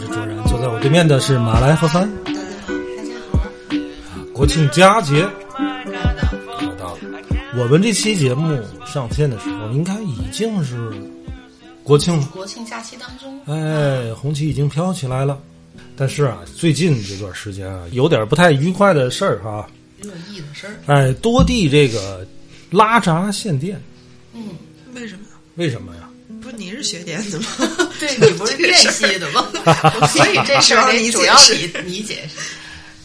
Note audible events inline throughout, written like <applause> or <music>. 是卓然，坐在我对面的是马来和帆。大家好，国庆佳节又到了，我们这期节目上线的时候，应该已经是国庆了。国庆假期当中，哎，红旗已经飘起来了。但是啊，最近这段时间啊，有点不太愉快的事儿哈、热议的事儿，哎，多地这个拉闸限电，为什么？为什么呀？不是你是学点的吗？ <laughs> 对 <laughs> 你不是电系 <laughs> 的吗？所以这事儿得主要你你解释。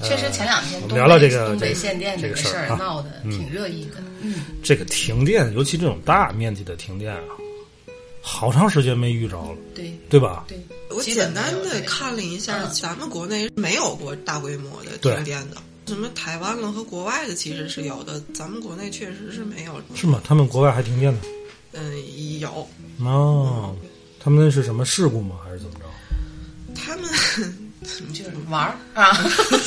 确实，前两天我们东北聊聊这个东这北个限电这个事事儿儿啊闹得挺热议的。嗯，这个停电，尤其这种大面积的停电啊，好长时间没遇着了，对对吧？对，我基简本没单有的这个看了一下，嗯咱们国内没有过大规模的对停电的，什么台湾了和国外的其实是有的，嗯咱们国内确实是没有。是吗？他们国外还停电呢？嗯，有哦，他们那是什么事故吗？还是怎么着？他们 <laughs> 就是玩儿啊，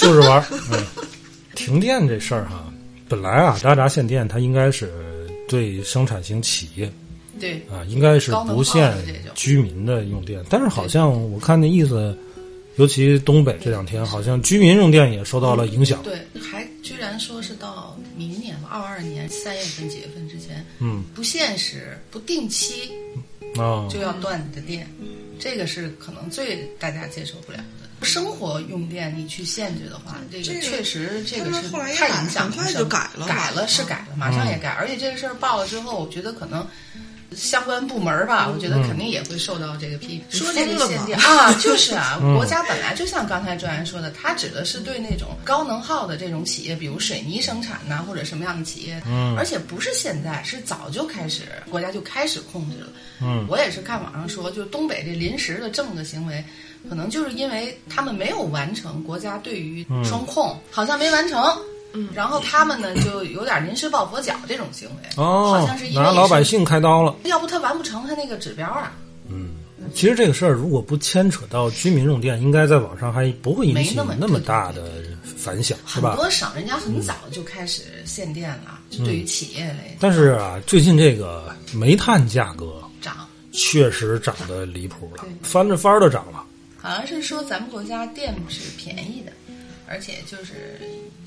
就是玩儿。嗯，停电这事儿、哈，本来啊，拉闸限电它应该是对生产型企业对，啊，应该是不限高能耗的这种居民的用电，但是好像我看那意思，尤其东北这两天，好像居民用电也受到了影响。对，还居然说是到明年吧，二二年三月份几月份之前，嗯不限时、不定期啊，嗯就要断你的电，这个是可能最大家接受不了的。生活用电你去限制的话，这这个个确实这个他们是后来也太改影响很快民生就改了改了是改了，马上也改。而且这个事儿报了之后，我觉得可能。相关部门儿吧，我觉得肯定也会受到这个批评。嗯说这真个的限吗电啊，就是啊，国家本来就像刚才专员说的，它指的是对那种高能耗的这种企业，比如水泥生产呐、或者什么样的企业，嗯，而且不是现在，是早就开始，国家就开始控制了。嗯，我也是看网上说，就东北这临时的政的行为，可能就是因为他们没有完成国家对于嗯双控，好像没完成。嗯，然后他们呢就有点临时抱佛脚这种行为，好哦像是，因为拿老百是姓开刀了。要不他完不成他那个指标啊，其实这个事儿如果不牵扯到居民用电，应该在网上还不会引没起那么那么大的反响，是很吧？嗯多省人家很早就开始限电了，就对于企业类但是啊，最近这个煤炭价格涨，确实涨得离谱了对，翻着番儿的涨了。好像是说咱们国家电是便宜的，而且就是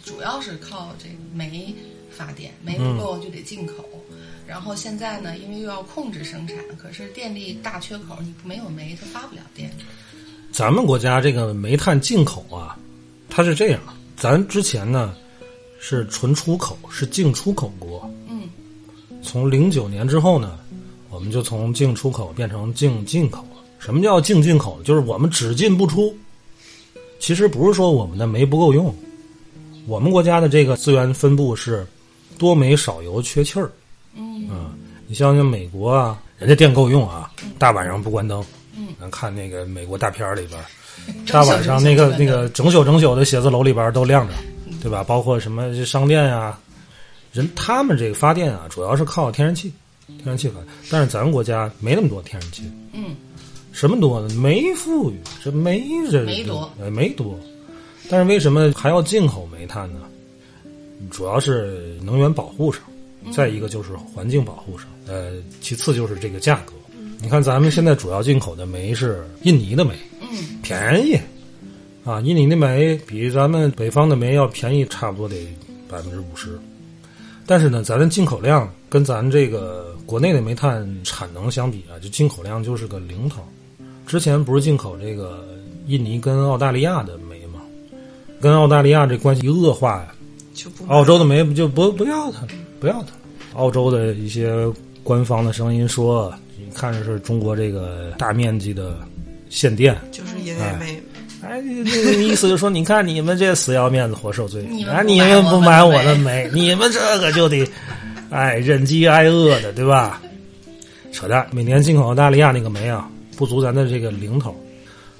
主要是靠这个煤发电，煤不够就得进口。然后现在呢，因为又要控制生产，可是电力大缺口，你没有煤它发不了电。咱们国家这个煤炭进口啊，它是这样，咱之前呢是纯出口，是净出口国。嗯，从零九年之后呢，我们就从净出口变成净进口了。什么叫净进口？就是我们只进不出。其实不是说我们的煤不够用，我们国家的这个资源分布是多煤少油缺气儿。嗯，你像像美国啊，人家电够用啊，大晚上不关灯。嗯，看那个美国大片儿里边儿，大晚上那个那个整宿整宿的写字楼里边儿都亮着，对吧？包括什么商店啊，人他们这个发电啊，主要是靠天然气，天然气发。但是咱们国家没那么多天然气，嗯，什么多呢？煤富裕，这煤这煤多，呃煤多。但是为什么还要进口煤炭呢？主要是能源保护上，嗯再一个就是环境保护上，呃，其次就是这个价格。你看咱们现在主要进口的煤是印尼的煤，嗯，便宜啊！印尼的煤比咱们北方的煤要便宜，差不多得百分之五十。但是呢，咱的进口量跟咱这个国内的煤炭产能相比啊，就进口量就是个零头。之前不是进口这个印尼跟澳大利亚的煤吗？跟澳大利亚这关系一恶化呀，就不澳洲的煤不就不不要它了，不要它了。澳洲的一些官方的声音说，你看着是中国这个大面积的限电，就是因为没哎，那个意思就是说，你看你们这死要面子活受罪，你们啊，不你买们我不们买的我的煤煤，你们这个就得，哎，忍饥挨饿的，对吧？扯淡，每年进口澳大利亚那个煤啊，不足咱的这个零头，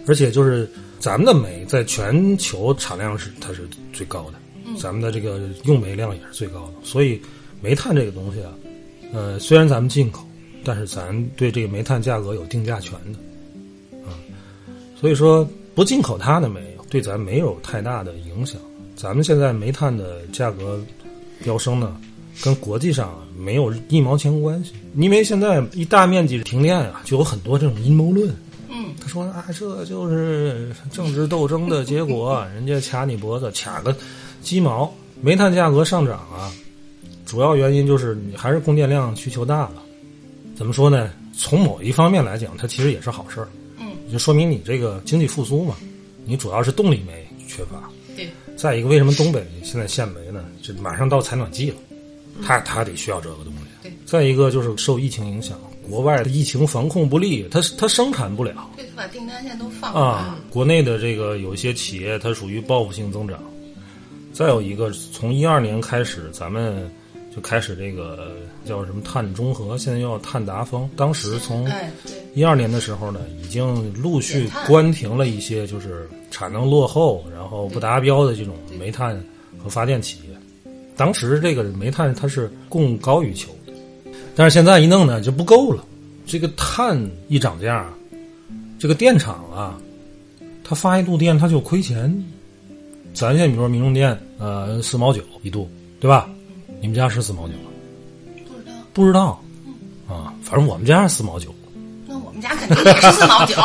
而且就是咱们的煤在全球产量是它是最高的，嗯咱们的这个用煤量也是最高的，所以煤炭这个东西啊，呃，虽然咱们进口，但是咱对这个煤炭价格有定价权的，啊，所以说不进口它的煤对咱没有太大的影响。咱们现在煤炭的价格飙升呢，跟国际上没有一毛钱关系，因为现在一大面积停电啊，就有很多这种阴谋论。嗯，他说啊，这就是政治斗争的结果，人家卡你脖子，卡个鸡毛。煤炭价格上涨啊，主要原因就是你还是供电量需求大了。怎么说呢？从某一方面来讲，它其实也是好事儿。嗯，就说明你这个经济复苏嘛，你主要是动力煤缺乏。对，再一个，为什么东北现在限煤呢？这马上到采暖季了，它它得需要这个东西。嗯对再一个就是受疫情影响，国外的疫情防控不力，它它生产不了对，他把订单线都放了。啊。国内的这个有一些企业，它属于报复性增长。再有一个，从一二年开始，咱们就开始这个叫什么碳中和，现在又要碳达峰。当时从哎，对，一二年的时候呢，已经陆续减碳关停了一些就是产能落后，然后不达标的这种煤炭和发电企业。当时这个煤炭它是供高于求的，但是现在一弄呢就不够了。这个碳一涨价，这个电厂啊，它发一度电它就亏钱。咱现在比如说民用电，呃，四毛九一度，对吧？你们家是四毛九吗？不知道。不知道啊，反正我们家是四毛九。那我们家肯定也是四毛九。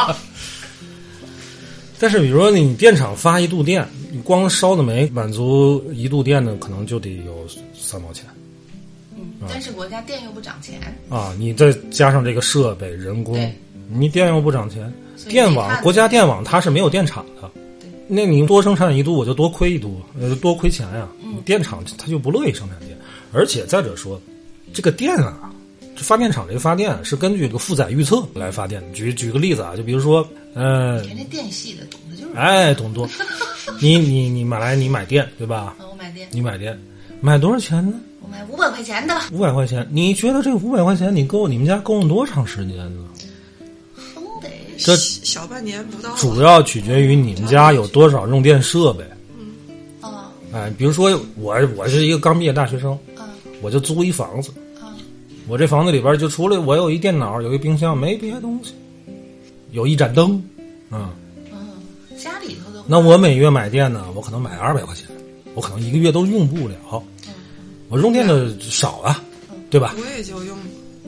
但是比如说你电厂发一度电，你光烧的煤满足一度电呢，可能就得有三毛钱嗯，但是国家电又不涨钱，啊！你再加上这个设备、人工对，你电又不涨钱，所以电煤网炭国家电网它是没有电厂的对，那你多生产一度，我就多亏一度，呃，多亏钱呀、嗯你电厂它就不乐意生产电，而且再者说，这个电啊，这发电厂这个发电是根据这个负载预测来发电的。举举个例子啊，就比如说，呃，人家电系的懂的就是。哎，董多，你你你买来你买电对吧？啊我买电，你买电，买多少钱呢？我买五百块钱的吧，五百块钱。你觉得这五百块钱你够你们家够用多长时间呢？东北这小小半年不到吧，主要取决于你们家有多少用电设备。啊哎，比如说我我是一个刚毕业大学生，啊我就租一房子，啊，我这房子里边就除了我有一电脑，有一冰箱，没别的东西，有一盏灯，嗯。嗯，家里头的话那我每月买电呢，我可能买二百块钱，我可能一个月都用不了，嗯我用电的少啊，对吧？我也就用，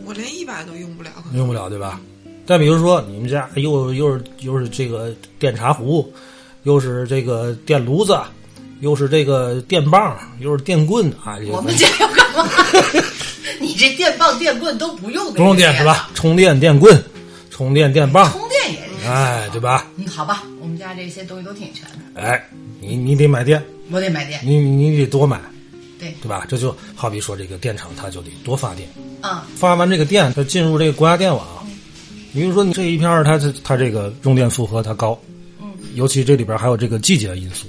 我连一百都用不了。用不了对吧？再比如说你们家又又是又是这个电茶壶，又是这个电炉子，又是这个电棒，又是电棍啊，我们家要干嘛？ <laughs> 你这电棒、电棍都不用的，不用电是吧？？啊充电电棍，充电电棒，充电也是。哎，对吧？嗯，好吧，我们家这些东西都挺全的，哎，你你得买电，我得买电。你你得多买，对，对吧？这就好比说这个电厂，它就得多发电。啊、发完这个电，它进入这个国家电网。比如说你这一片儿，它它它这个用电负荷它高，嗯，尤其这里边还有这个季节因素，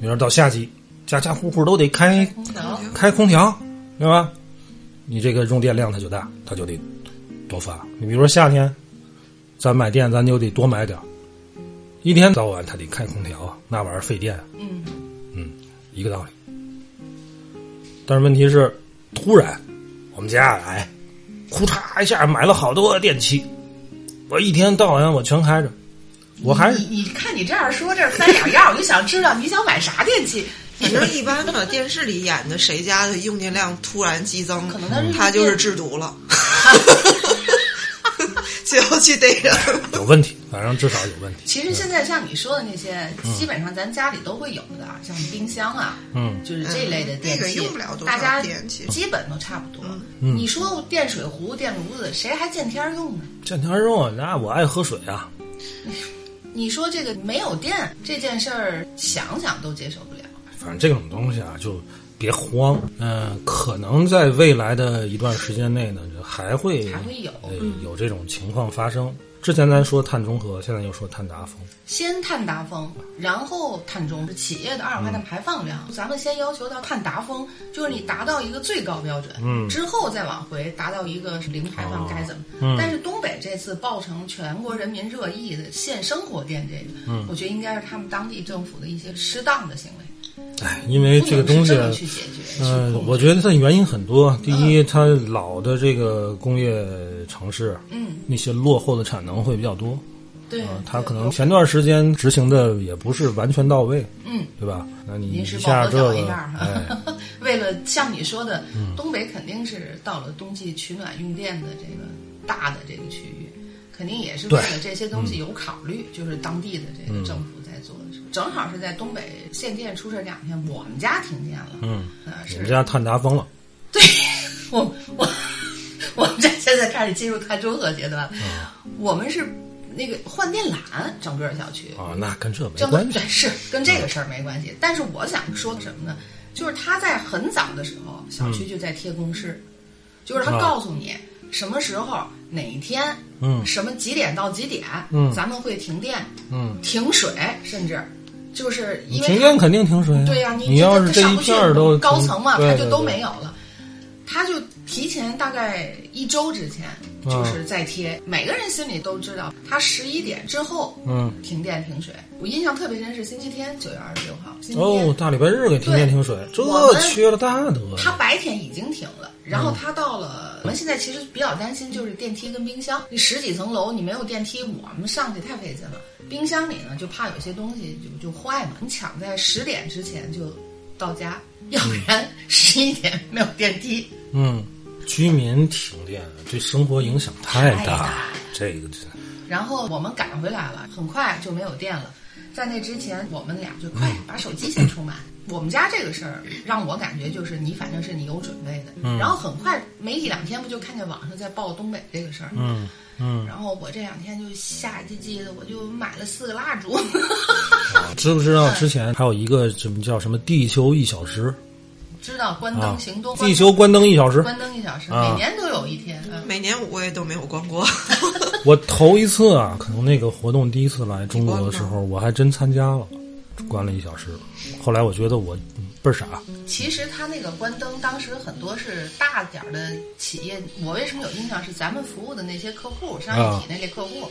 比如说到夏季，家家户户都得开哎空调开空调，对吧？你这个用电量它就大，它就得多发。你比如说夏天，咱买电咱就得多买点儿一天到晚它得开空调啊，那玩意儿费电啊，嗯嗯，一个道理。但是问题是，突然我们家哎，库嚓一下买了好多电器，我一天到晚我全开着，我还你你看你这样说这儿三两 <laughs> 样，我就想知道你想买啥电器。反正一般吧，电视里演的谁家的用电量突然激增，可能他是他就是制毒 <laughs> 了，就要去逮人。有问题，反正至少有问题。其实现在像你说的那些，基本上咱家里都会有的，像冰箱啊，嗯，就是这类的电那个器，用不了多大少家电器基本都差不多。嗯你说电水壶、电炉子，谁还见天儿用呢？蘸条肉，那我爱喝水啊，你说这个没有电这件事儿，想想都接受不了。反正这种东西啊，就别慌。嗯、可能在未来的一段时间内呢，还会还会有嗯呃有这种情况发生。之前咱说碳中和，现在又说碳达峰，先碳达峰，然后碳中，是企业的二氧化嗯碳排放量。咱们先要求到碳达峰，就是你达到一个最高标准，嗯之后再往回达到一个零排放该怎么？嗯但是东北这次爆成全国人民热议的限生活店这个，嗯我觉得应该是他们当地政府的一些适当的行为，哎，因为不这个能东是西这，么去解嗯决。嗯、我觉得它原因很多。第一，它老的这个工业城市，嗯，那些落后的产能会比较多，对啊，，它对可能前段时间执行的也不是完全到位，嗯，对吧？那你临一时下这抱佛脚个一下，哈哎， <laughs> 嗯为了像你说的，东北肯定是到了冬季取暖用电的这个大的这个区域，肯定也是为了这些东嗯西有考虑，就是当地的这个政府在做的事。正好是在东北限电出事两天，我们家停电了，嗯，那你们是家碳达峰了，我我我们家现在开始进入碳中和阶嗯段，我们是那个换电缆，整个小区啊，那跟这没这关系嗯对，，是跟这个事儿没关系。但是我想说的什么呢？就是他在很早的时候，小区就在贴公示，就是他嗯啊告诉你什么时候、哪一天、嗯什么几点到几点，嗯咱们会停电、嗯，停水，甚至就是因为停电肯定停水、对呀、你你要是这这一上不去片儿都高层嘛，对它就都对对没有了。他就提前大概一周之前，嗯就是在贴，每个人心里都知道，他十一点之后，嗯停电停水。我印象特别深是星期天，九月二十六号，星期天。哦，大礼拜日给停电对停水，这我们缺了大德呀。他白天已经停了，然后他到了。我们现在其实比较担心，就是电梯跟冰箱。你十几层楼，你没有电梯，我们上去太费劲了。冰箱里呢，就怕有些东西就就坏嘛。你抢在十点之前就到家，要不然十一点没有电梯。嗯，居民停电对生活影响太太大，大这个真然后我们赶回来了，很快就没有电了。在那之前，我们俩就快嗯把手机先充满。我们家这个事儿让我感觉就是你反正是你有准备的，嗯然后很快没一两天不就看见网上在报东北这个事儿，嗯嗯，然后我这两天就下唧唧的，我就买了四个蜡 <laughs> 烛， <laughs> 啊知不知道嗯之前还有一个什么叫什么地球一小时知道关啊灯行动，？地球关灯一小时，关灯一小时，啊每年都有一天，嗯每年我也都没有逛 <laughs> 过，我头一次啊，可能那个活动第一次来中国的时候，我还真参加了，关了一小时。后来我觉得我嗯倍儿傻，其实他那个关灯，当时很多是大点儿的企业。我为什么有印象是咱们服务的那些客户，商业体那类客户，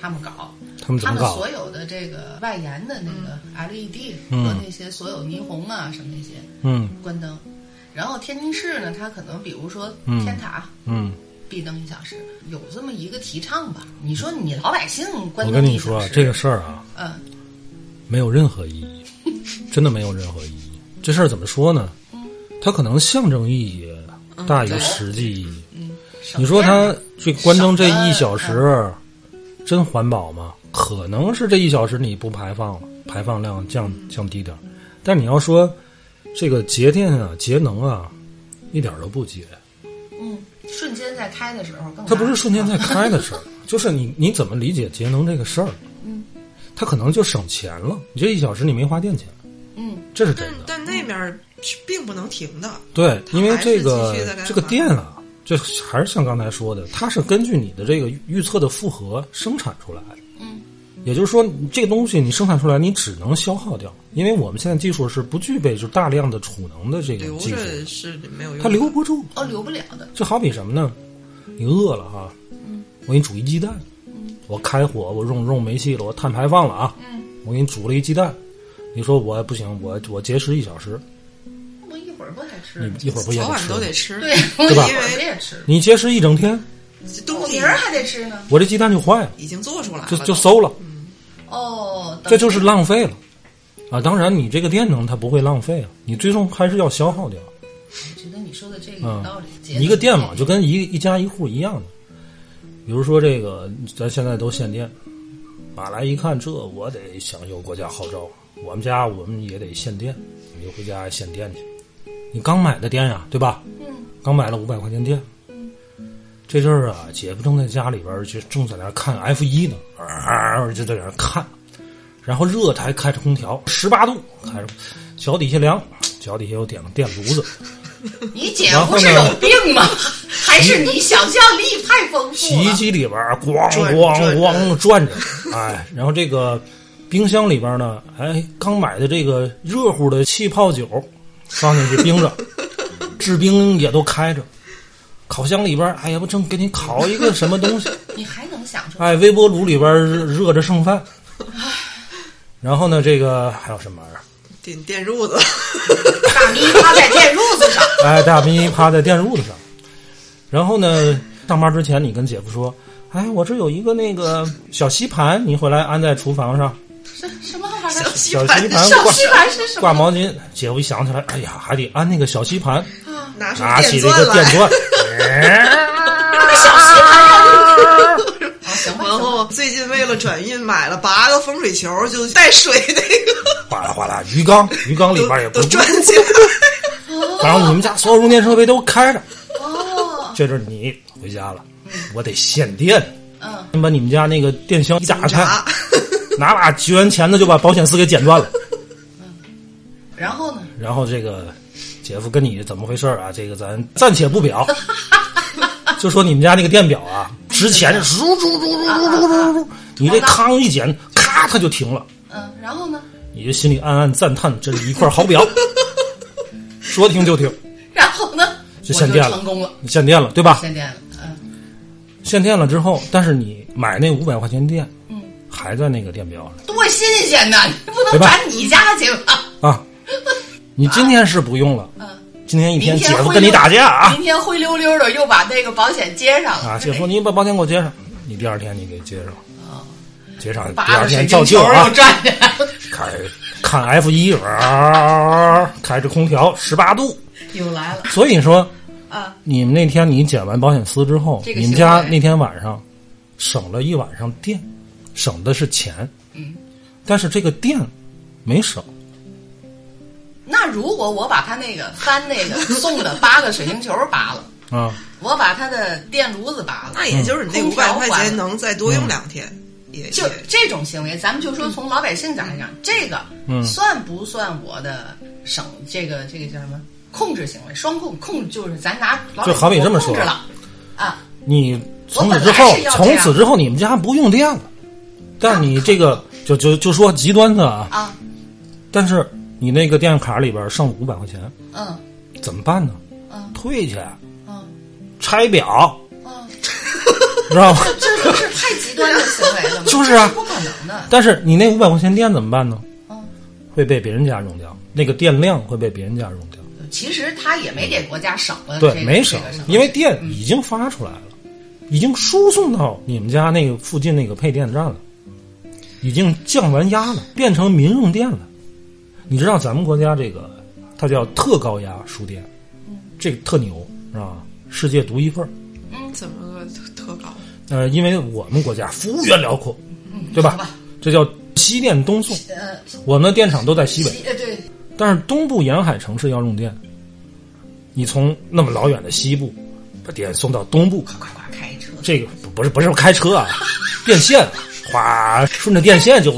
他们搞，他啊们怎他么们搞啊所有的这个外延的那个 LED 嗯和那些所有霓虹啊什么那些嗯关灯。然后天津市呢，它可能比如说嗯天塔嗯，闭灯一小时，有这么一个提倡吧？你说你老百姓关我灯跟你一小说啊时这个，事儿啊，嗯没有任何意义，真的没有任何意义。这事儿怎么说呢？它可能象征意义大于对实际意义。嗯，省你说电它了这关灯这一小时，真环保吗？可能是这一小时你不排放了，排放量降降低点儿。但你要说这个节电啊、节能啊，一点儿都不节。嗯，瞬间在开的时候更啊它不是大瞬间在开的事儿，就是你你怎么理解节能这个事儿？嗯，它可能就省钱了。你这一小时你没花电钱，嗯。这是真但的。但那面儿是并不能停的，对，因为这个还是继续在干这个嘛电啊，这还是像刚才说的，它是根据你的这个预测的负荷生产出来的。嗯，也就是说，你这个东西你生产出来，你只能消耗掉，因为我们现在技术是不具备就大量的储能的这个留技术的，着是没有用的。它留不住。哦，留不了的。就好比什么呢？你饿了哈，嗯我给你煮一鸡蛋，我开火，我用用煤气了，我碳排放了啊，嗯我给你煮了一鸡蛋，你说我不行，我我节食一小时，我一会儿不还吃你呢？一会儿不也嗯早得晚吃都吗得吃，对，我一吧会儿不也吃？你节食一整天，东我西明儿还得吃呢。我这鸡蛋就坏了。已经做出来了嗯就都，就馊了，哦，等这就是浪费了啊！当然，你这个电能它不会浪费啊，你最终还是要消耗掉。我觉得你说的这个有嗯道理。，节能一个电网就跟一一家一户一样的。比如说这个，咱现在都限电，马来一看这，我得响应国家号召，我们家我们也得限电，你就回家限电去。你刚买的电呀、对吧？嗯，刚买了五百块钱电。这阵儿啊，姐夫正在家里边儿就正在那儿看 F 一呢，啊，就在那儿看，然后热的还开着空调，十八度，开着，脚底下凉，脚底下又点了电炉子，你姐然后不是呢有病 <laughs> 吗？还是你想象力太丰富了？洗衣机里边儿咣转咣转咣地转着，哎，然后这个冰箱里边呢，哎，刚买的这个热乎的气泡酒放进去冰着，制冰也都开着，烤箱里边儿，哎呀，不正给你烤一个什么东西，你还能想出来？哎，微波炉里边儿热热着剩饭，然后呢，这个还有什么玩意儿？电电褥子，大咪趴在电褥子上，哎，大咪趴在电褥子上，然后呢，上班之前你跟姐夫说，哎，我这有一个那个小吸盘，你回来安在厨房上，什什么玩意小儿？吸小吸盘盘小吸盘是什挂毛么？巾。姐夫一想起来，哎呀，还得安那个小吸盘，拿出拿起电了一钻个电来，钻， <laughs> <laughs> 然啊行吧，行吧后最近为了转运买了八个风水球，就带水那哗啦哗啦，鱼缸鱼缸里边也不个都是都，转起来。反正你们家所有用电设备都开着。哦这阵儿你回家了，我得限电。嗯，先把你们家那个电箱一打开，啥？拿把几元钳子就把保险丝给剪断了。然后呢？然后这个姐夫跟你怎么回事儿啊？这个咱暂且不表，就说你们家那个电表啊，值钱，嗖嗖嗖嗖嗖嗖嗖嗖，你这康一剪，咔，它就停了，嗯，然后呢？你就心里暗暗赞叹，这是一块好表，说停就停，然后呢？就我限就电了成功了，限电了，对吧？限电了。嗯，限电了之后，但是你买那五百块钱电，嗯，还在那个电表上多新鲜呐！你不对能吧把你家去吧？啊，你今天是不用了，嗯，今天一天明姐天夫会跟你用打架啊明天灰溜溜的又把那个保险接上了啊，姐夫你把保险给我接上，你第二天你给接上。接上，第哦八二个水天晶照球旧啊又，转起来了。开看 F 一，啊开着空调十八度。 <laughs> 又来了所以说，啊！你们那天你剪完保险丝之后，这个你行们家为那天晚上省了一晚上电，省的是钱，嗯，但是这个电没省，那如果我把他那个翻那个送的八个水晶球拔了，啊，我把他的电炉子拔了，那也就是你那空五调百块换钱能再多用两天，也就也这种行为，咱们就说从老百姓角度讲，这个嗯算不算我的省这个这个叫什么控制行为？双控控就是咱拿老百就好比姓这么说控制了啊，你从此我本之来后是要，这从样此之后你们家不用电了，但你这个就就就说极端的啊，啊，但是你那个电卡里边剩五百块钱，嗯怎么办呢？嗯退去，啊嗯拆表，嗯， <laughs> 知道 <laughs> 吗？这不是太极端的行为了吗？就是啊这不可能的，但是你那五百块钱电怎么办呢？嗯。会被别人家用掉，那个电量会被别人家用掉。其实他也没给国家省了这个，对，没省这个，嗯因为电已经发出来了，已经输送到你们家那个附近那个配电站了，已经降完压了，变成民用电了。你知道咱们国家这个，它叫特高压输电，嗯这个特牛是吧？世界独一份儿。怎么个特特高？呃，因为我们国家幅员辽阔，对嗯好吧吧？这叫西电东送，呃，我们的电厂都在西北。呃对，但是东部沿海城市要用电，你从那么老远的西部把电送到东部，快快开车，这个不不是不是开车啊，电线哗顺着电线就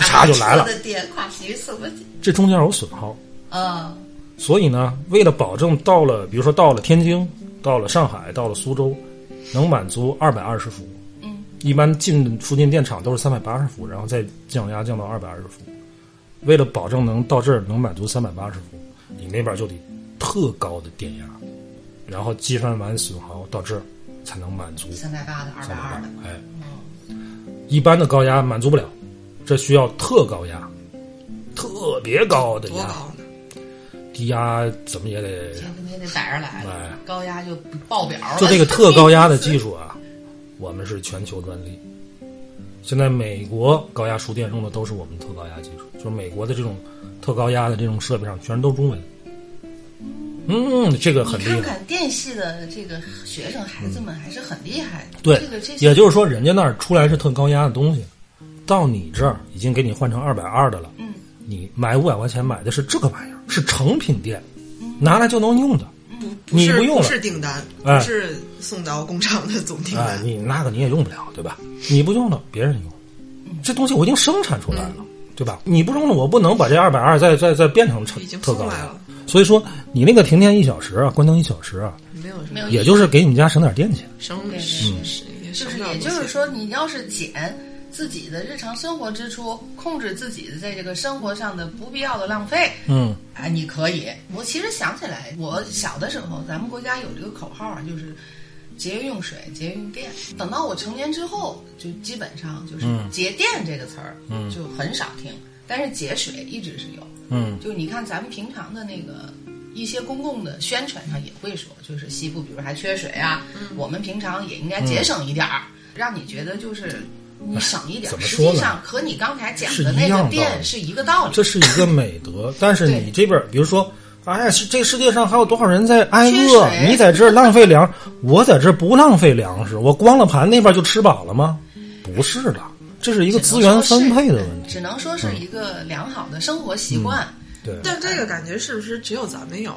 嚓就来了我，的电跨骑什么？这中间有损耗。啊，所以呢，为了保证到了，比如说到了天津、到了上海、到了苏州，能满足二百二十伏，嗯，一般进附近电厂都是三百八十伏，然后再降压降到二百二十伏。为了保证能到这儿能满足三百八十伏，你那边就得特高的电压，然后计算完损耗到这儿才能满足三百八的，二百二的，哎，嗯一般的高压满足不了，这需要特高压，特别高的多压，高呢？低压怎么也得这不也得逮着来哎了？高压就爆表了，就这个特高压的技术啊，我们是全球专利。现在美国高压输电用的都是我们特高压技术，就是美国的这种特高压的这种设备上全都是中文。嗯，这个很你厉看害。哎看电系的这个学生孩子们还是很厉害的，对这个这，些也就是说，人家那儿出来是特高压的东西，到你这儿已经给你换成二百二的了。嗯，你买五百块钱买的是这个玩意儿，是成品电，拿来就能用的。不你是不用了是订单，哎不是送到工厂的总订哎，单。你那个你也用不了，对吧？你不用了，别人用。这东西我已经生产出来了，对吧？你不用了，我不能把这二百二再再再变成成已经特送高来压了，所以说，你那个停电一小时啊，关灯一小时啊，没有什没么有也就是给你们家省点电钱。省对是是也就省是不了也多就少是钱说，你要是减自己的日常生活支出，控制自己的在这个生活上的不必要的浪费，嗯哎，你可以。我其实想起来，我小的时候，咱们国家有这个口号啊，就是节约用水，节约用电。等到我成年之后，就基本上就是嗯节电这个词儿，嗯就很少听。但是节水一直是有，嗯就你看咱们平常的那个一些公共的宣传上也会说，就是西部比如还缺水啊，嗯我们平常也应该节省一点儿，让你觉得就是你省一嗯点儿怎，么实说际呢上和你刚才讲是的一那样个道电理是一个道理。这是一个美德，但是对你这边儿，比如说，哎呀，是这世界上还有多少人在挨缺饿？水你在这儿浪费粮，我在这儿不浪费粮食，我光了盘那边就吃饱了吗？不是的，这是一个资源分配的问题。嗯只能说是一个良好的生活习惯，对，但这个感觉是不是只有咱们有？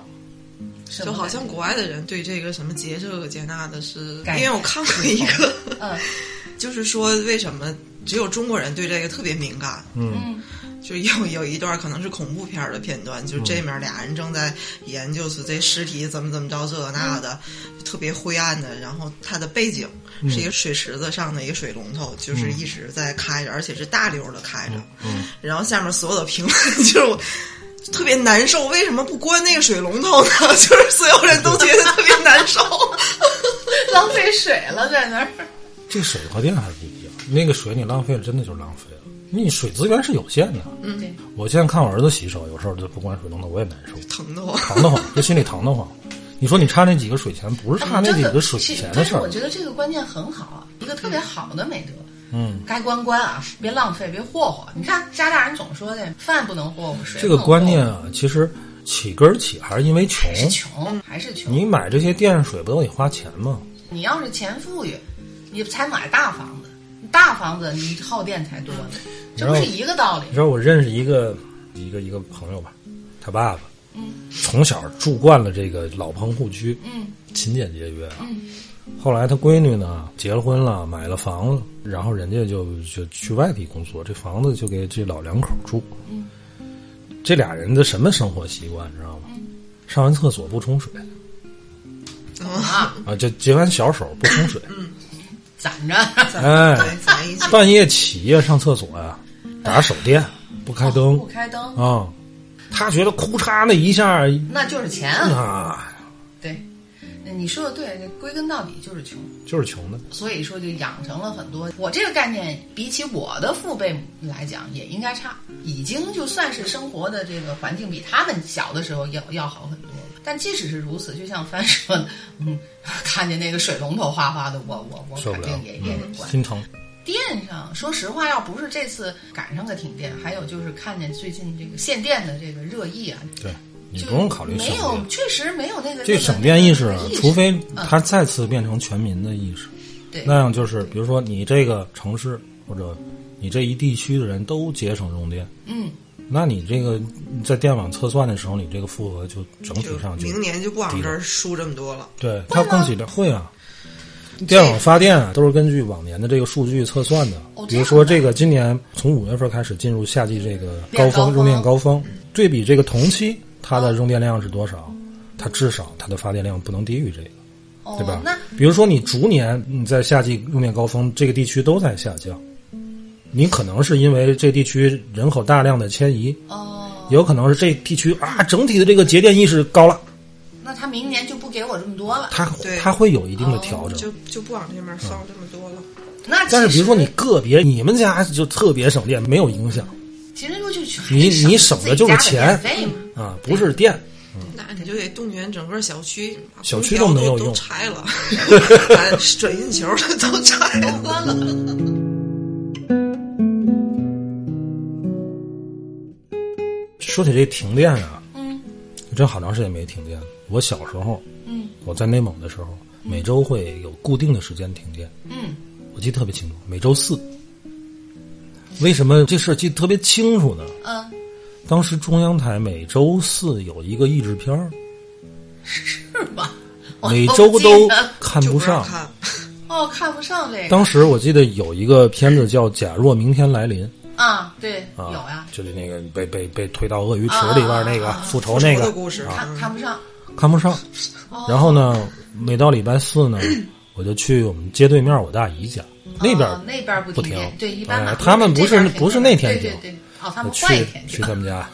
嗯是就吧好像国外的人对这个什么节这个节那的是，概念因为我看过一个，嗯 <laughs> 就是说为什么只有中国人对这个特别敏感？嗯 <laughs> 就有有一段可能是恐怖片儿的片段，就是这面俩人正在研究是这尸体怎么怎么着这那的，特别灰暗的。然后它的背景是一个水池子上的一个水龙头，就是一直在开着，而且是大溜的开着。嗯然后下面所有的评论 <laughs> 就是我。特别难受，为什么不关那个水龙头呢？ <laughs> 就是所有人都觉得特别难受。 <laughs> <laughs> 浪费水了在那儿。这水和电还不一样，那个水你浪费了，真的就是浪费了。你水资源是有限的。对，我现在看我儿子洗手，有时候就不关水龙头，我也难受，疼得慌。疼得慌，就心里疼得慌。你说你差那几个水钱，不是差那真几的个水是钱的但事是儿我。觉得这个观念很好啊，一个特别好的美德。嗯，该关关啊，别浪费，别霍霍。你看家大人总说的，饭不能霍霍，水这不个能观念霍啊，其实起根儿起还是因为穷霍。 <laughs> 还是穷，还是穷。哎你买这些电水不都得花钱吗？你要是钱富裕，你才买大房子，大房子你耗电才多呢，这不是一个道理嗯你。知道我认识一个一个一个朋友吧，他爸爸，从小住惯了这个老棚户区，嗯，勤俭节约啊。后来他闺女呢结了婚了，买了房子，然后人家就就去外地工作，这房子就给这老两口住。这俩人的什么生活习惯你知道吗？上完厕所不冲水哦啊，啊，就洁完小手不冲水，攒着。哎，嗯咱一起半夜起夜上厕所呀、打手电不开灯不开灯啊、，他觉得哭嚓那一下那就是钱啊。啊，对，你说的对，归根到底就是穷，就是穷的。所以说就养成了很多。我这个概念比起我的父辈来讲，也应该差，已经就算是生活的这个环境比他们小的时候要要好很多了。但即使是如此，就像帆说的，嗯，看见那个水龙头哗哗的，我我我受肯不了嗯定也也得关。心疼。电上，说实话，要不是这次赶上个停电，还有就是看见最近这个限电的这个热议啊，对你就不用考虑省没有，电，确实没有那个这那个省电意识啊那个，除非它嗯再次变成全民的意识，对那样就是比如说你这个城市或者你这一地区的人都节省用电，嗯。那你这个在电网测算的时候，你这个负荷就整体就上就明年就不往这儿输这么多了。对，它供给量会啊。电网发电啊，都是根据往年的这个数据测算的哦。比如说，这个今年从五月份开始进入夏季这个高峰量高峰用电高峰，对比这个同期它的用电量是多少，它至少它的发电量不能低于这个，哦对吧那？比如说你逐年你在夏季用电高峰，这个地区都在下降，你可能是因为这地区人口大量的迁移，哦，有可能是这地区啊整体的这个节电意识高了，那他明年就不给我这么多了。它对它会有一定的调哦整。就就不往这面烧这么多了。那但是其比如实说你，个别，你们家就特别省电，没有影响其实就去你你省的就是钱费嘛。啊，不是电。那你就得动员整个小区，把嗯小区空都调没有用都拆了， <laughs> 把转运球 <laughs> 都拆了。关了，说起这停电啊，嗯真好长时间没停电了。我小时候，嗯，我在内蒙的时候，每周会有固定的时间停电，嗯，我记得特别清楚，每周四。为什么这事儿记得特别清楚呢？嗯，当时中央台每周四有一个译制片儿，是吧？ <laughs> 哦我每不周记都得看就不不上。让看，哦，看不上这个当时我记得有一个片子叫《假若明天来临》，啊，对，啊，有呀，就是那个被被被推到鳄鱼池里边那个复仇那复仇个的故事嗯啊看看不上，看不上。然后呢，每到礼拜四呢，我就去我们街对面我大姨家那边哦那边不停停电，对，一般哎马路他们不这边是停不是那天对停对对，哦，他我们去换一天去停，他们家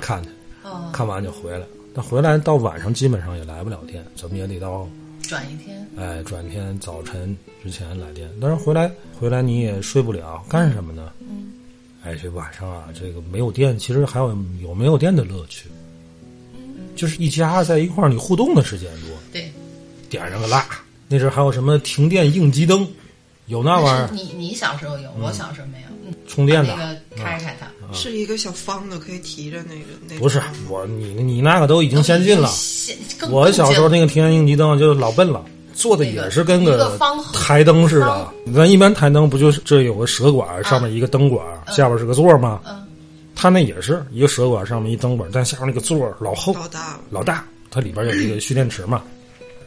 看去，哦，看完就回来。但回来到晚上基本上也来不了店，怎么也得到转一天，哎转天早晨之前来电。但是回来回来你也睡不了，干什么呢？嗯，哎，这晚上啊，这个没有电，其实还有有没有电的乐趣，就是一家在一块儿你互动的时间多，对，点上个蜡。那时候还有什么停电应急灯，有那玩意但儿是你你小时候有，我小时候没有，嗯，充电的把那。个开开它，是一个小方的，可以提着那个那种不是我，你你那个都已经先进了。现更我小时候那个停电应急灯就老笨了，做的那个也是跟一个方盒台灯似的方。咱一般台灯不就是这有个蛇管，上面一个灯管，下边是个座吗？嗯它那也是一个蛇管，上面一灯管，但下面那个座老厚老大了，老大，它里边有一个蓄电池嘛。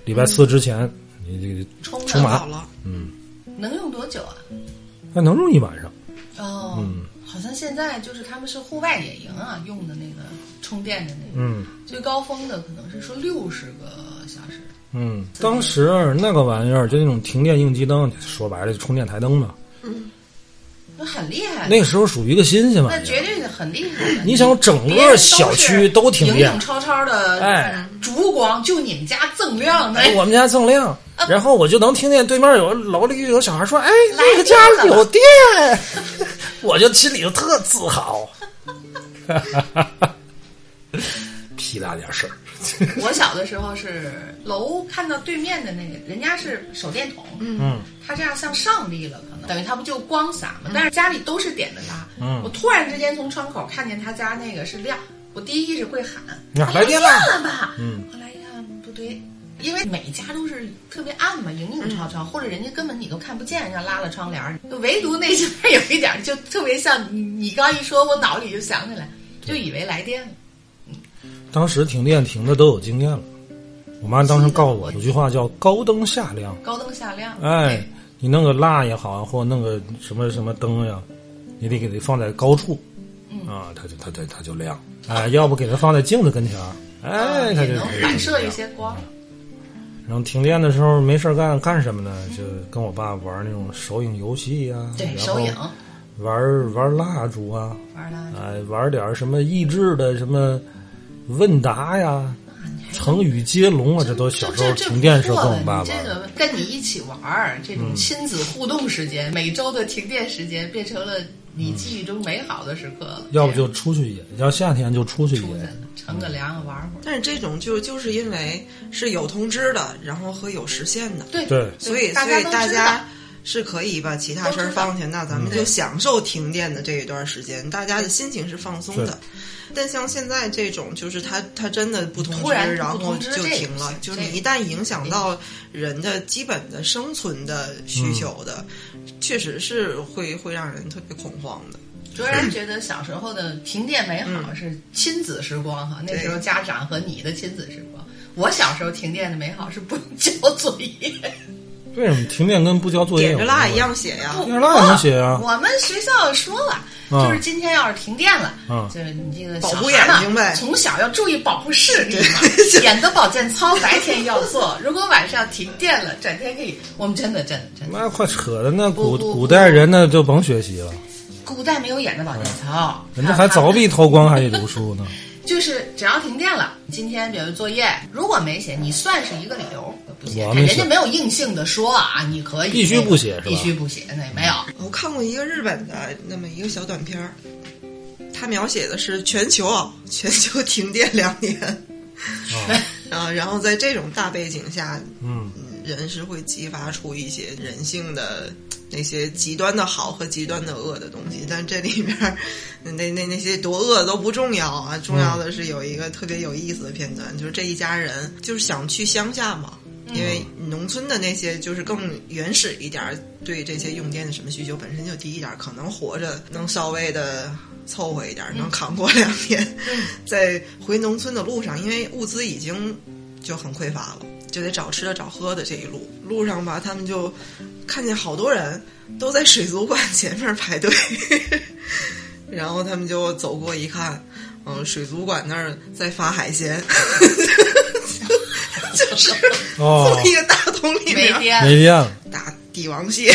礼拜四之前，你这个充充满满好了，能用多久啊？还能用一晚上。哦，嗯好像现在就是他们是户外野营啊用的那个充电的那个，嗯最高峰的可能是说六十个小时，嗯，当时那个玩意儿就那种停电应急灯，说白了就充电台灯嘛。那很厉害，啊那时候属于一个新鲜玩意哎那儿。绝对是很厉害的。你想整别人个都小区是都停影电影，绰绰的，嗯哎，烛光就你们家锃亮的，哎， <laughs> 我们家锃亮，然后我就能听见对面有楼里有小孩说：“哎，嗯来那个家电了有 <laughs> 电。”我就心里就特自豪， <laughs> 屁大点事儿。 <laughs> 我小的时候是楼看到对面的那个人家是手电筒，嗯，他这样向上立了，可能等于他不就光洒嗯嘛？但是家里都是点的蜡，嗯，我突然之间从窗口看见他家那个是亮，我第一意识会喊啊哎来电了了吧？嗯，后来一看不对。因为每家都是特别暗嗯嘛，影影绰绰，或者人家根本你都看不见，人家拉了窗帘儿，唯独那家有一点儿就特别像你，你刚一说，我脑里就想起来，就以为来电了。当时停电停的都有经验了，我妈当时告诉我有句话叫“高灯下亮高灯下亮”，，哎，你弄个蜡也好，或弄个什么什么灯呀，你得给它放在高处，嗯啊，它就它它它就亮，哎，要不给它放在镜子跟前儿，哎，它啊也就能它就反射一亮些光。然后停电的时候没事儿干干什么呢？就跟我爸玩那种手影游戏呀、对，然后手影玩玩蜡烛啊，玩的，哎，玩点儿什么益智的什么问答呀、成语接龙啊，这都小时候嗯这这停电时候跟不错我了爸你玩嗯这的。个跟你一起玩儿，这种亲子互动时间，每周的停电时间变成了你记忆中美好的时刻了。嗯要不就出去野，要夏天就嗯出去出去野。乘个凉玩会儿。但是这种就就是因为是有通知的，然后和有实现的，对对所以大所以都大知家道是可以把其他都事儿知道放下，那咱嗯们就享受停电的这一段时间，大家的心情是放松的。但像现在这种，就是他他真的不通突知，然不然后通知就这个停了行。就是这你个一旦影响到人的基本的生存的嗯需求的，确实是会会让人特别恐慌的。卓然觉得小时候的停电美嗯好是亲子时光哈，那时候家长和你的亲子时光。我小时候停电的美好是不用 <laughs> 交作业。为什么停电跟不交作业点有着关蜡系一？样写呀，电视蜡也能写啊我们学校说了，嗯就是今天要是停电了，嗯就是你这个保小护孩儿眼嘛睛呗从小要注意保护视力嘛， <laughs> 眼的保健操白天要做， <laughs> 如果晚上停电了，整天可以。我们真的真的真的，那快扯的，那古不不古代人那就甭学习了，古代没有眼的保健操，啊人家还凿壁偷光，还得读书 <laughs> 呢。就是只要停电了，今天比如作业如果没写，你算是一个理由不写我，们人是家没有硬性的说啊，你可以必须那个不写是吧必须不写，那没有。我看过一个日本的那么一个小短片儿，它描写的是全球啊， <laughs> 全球停电两年， <laughs> 啊，然后在这种大背景下，嗯，嗯人是会激发出一些人性的那些极端的好和极端的恶的东西，但这里边儿那那那些多恶都不重要啊，重要的是有一个特别有意思的片段，就是这一家人就是想去乡下嘛。嗯因为农村的那些就是更原始一点儿，对这些用电的什么需求本身就低一点儿，可能活着能稍微的凑合一点儿，能扛过两年。在回农村的路上，因为物资已经就很匮乏了，就得找吃的、找喝的这一路。路上吧，他们就看见好多人都在水族馆前面排队， <laughs> 然后他们就走过一看，嗯，水族馆那儿在发海鲜， <laughs> 就是哦从一个大桶没里面 <laughs> 天没电了，打帝王蟹，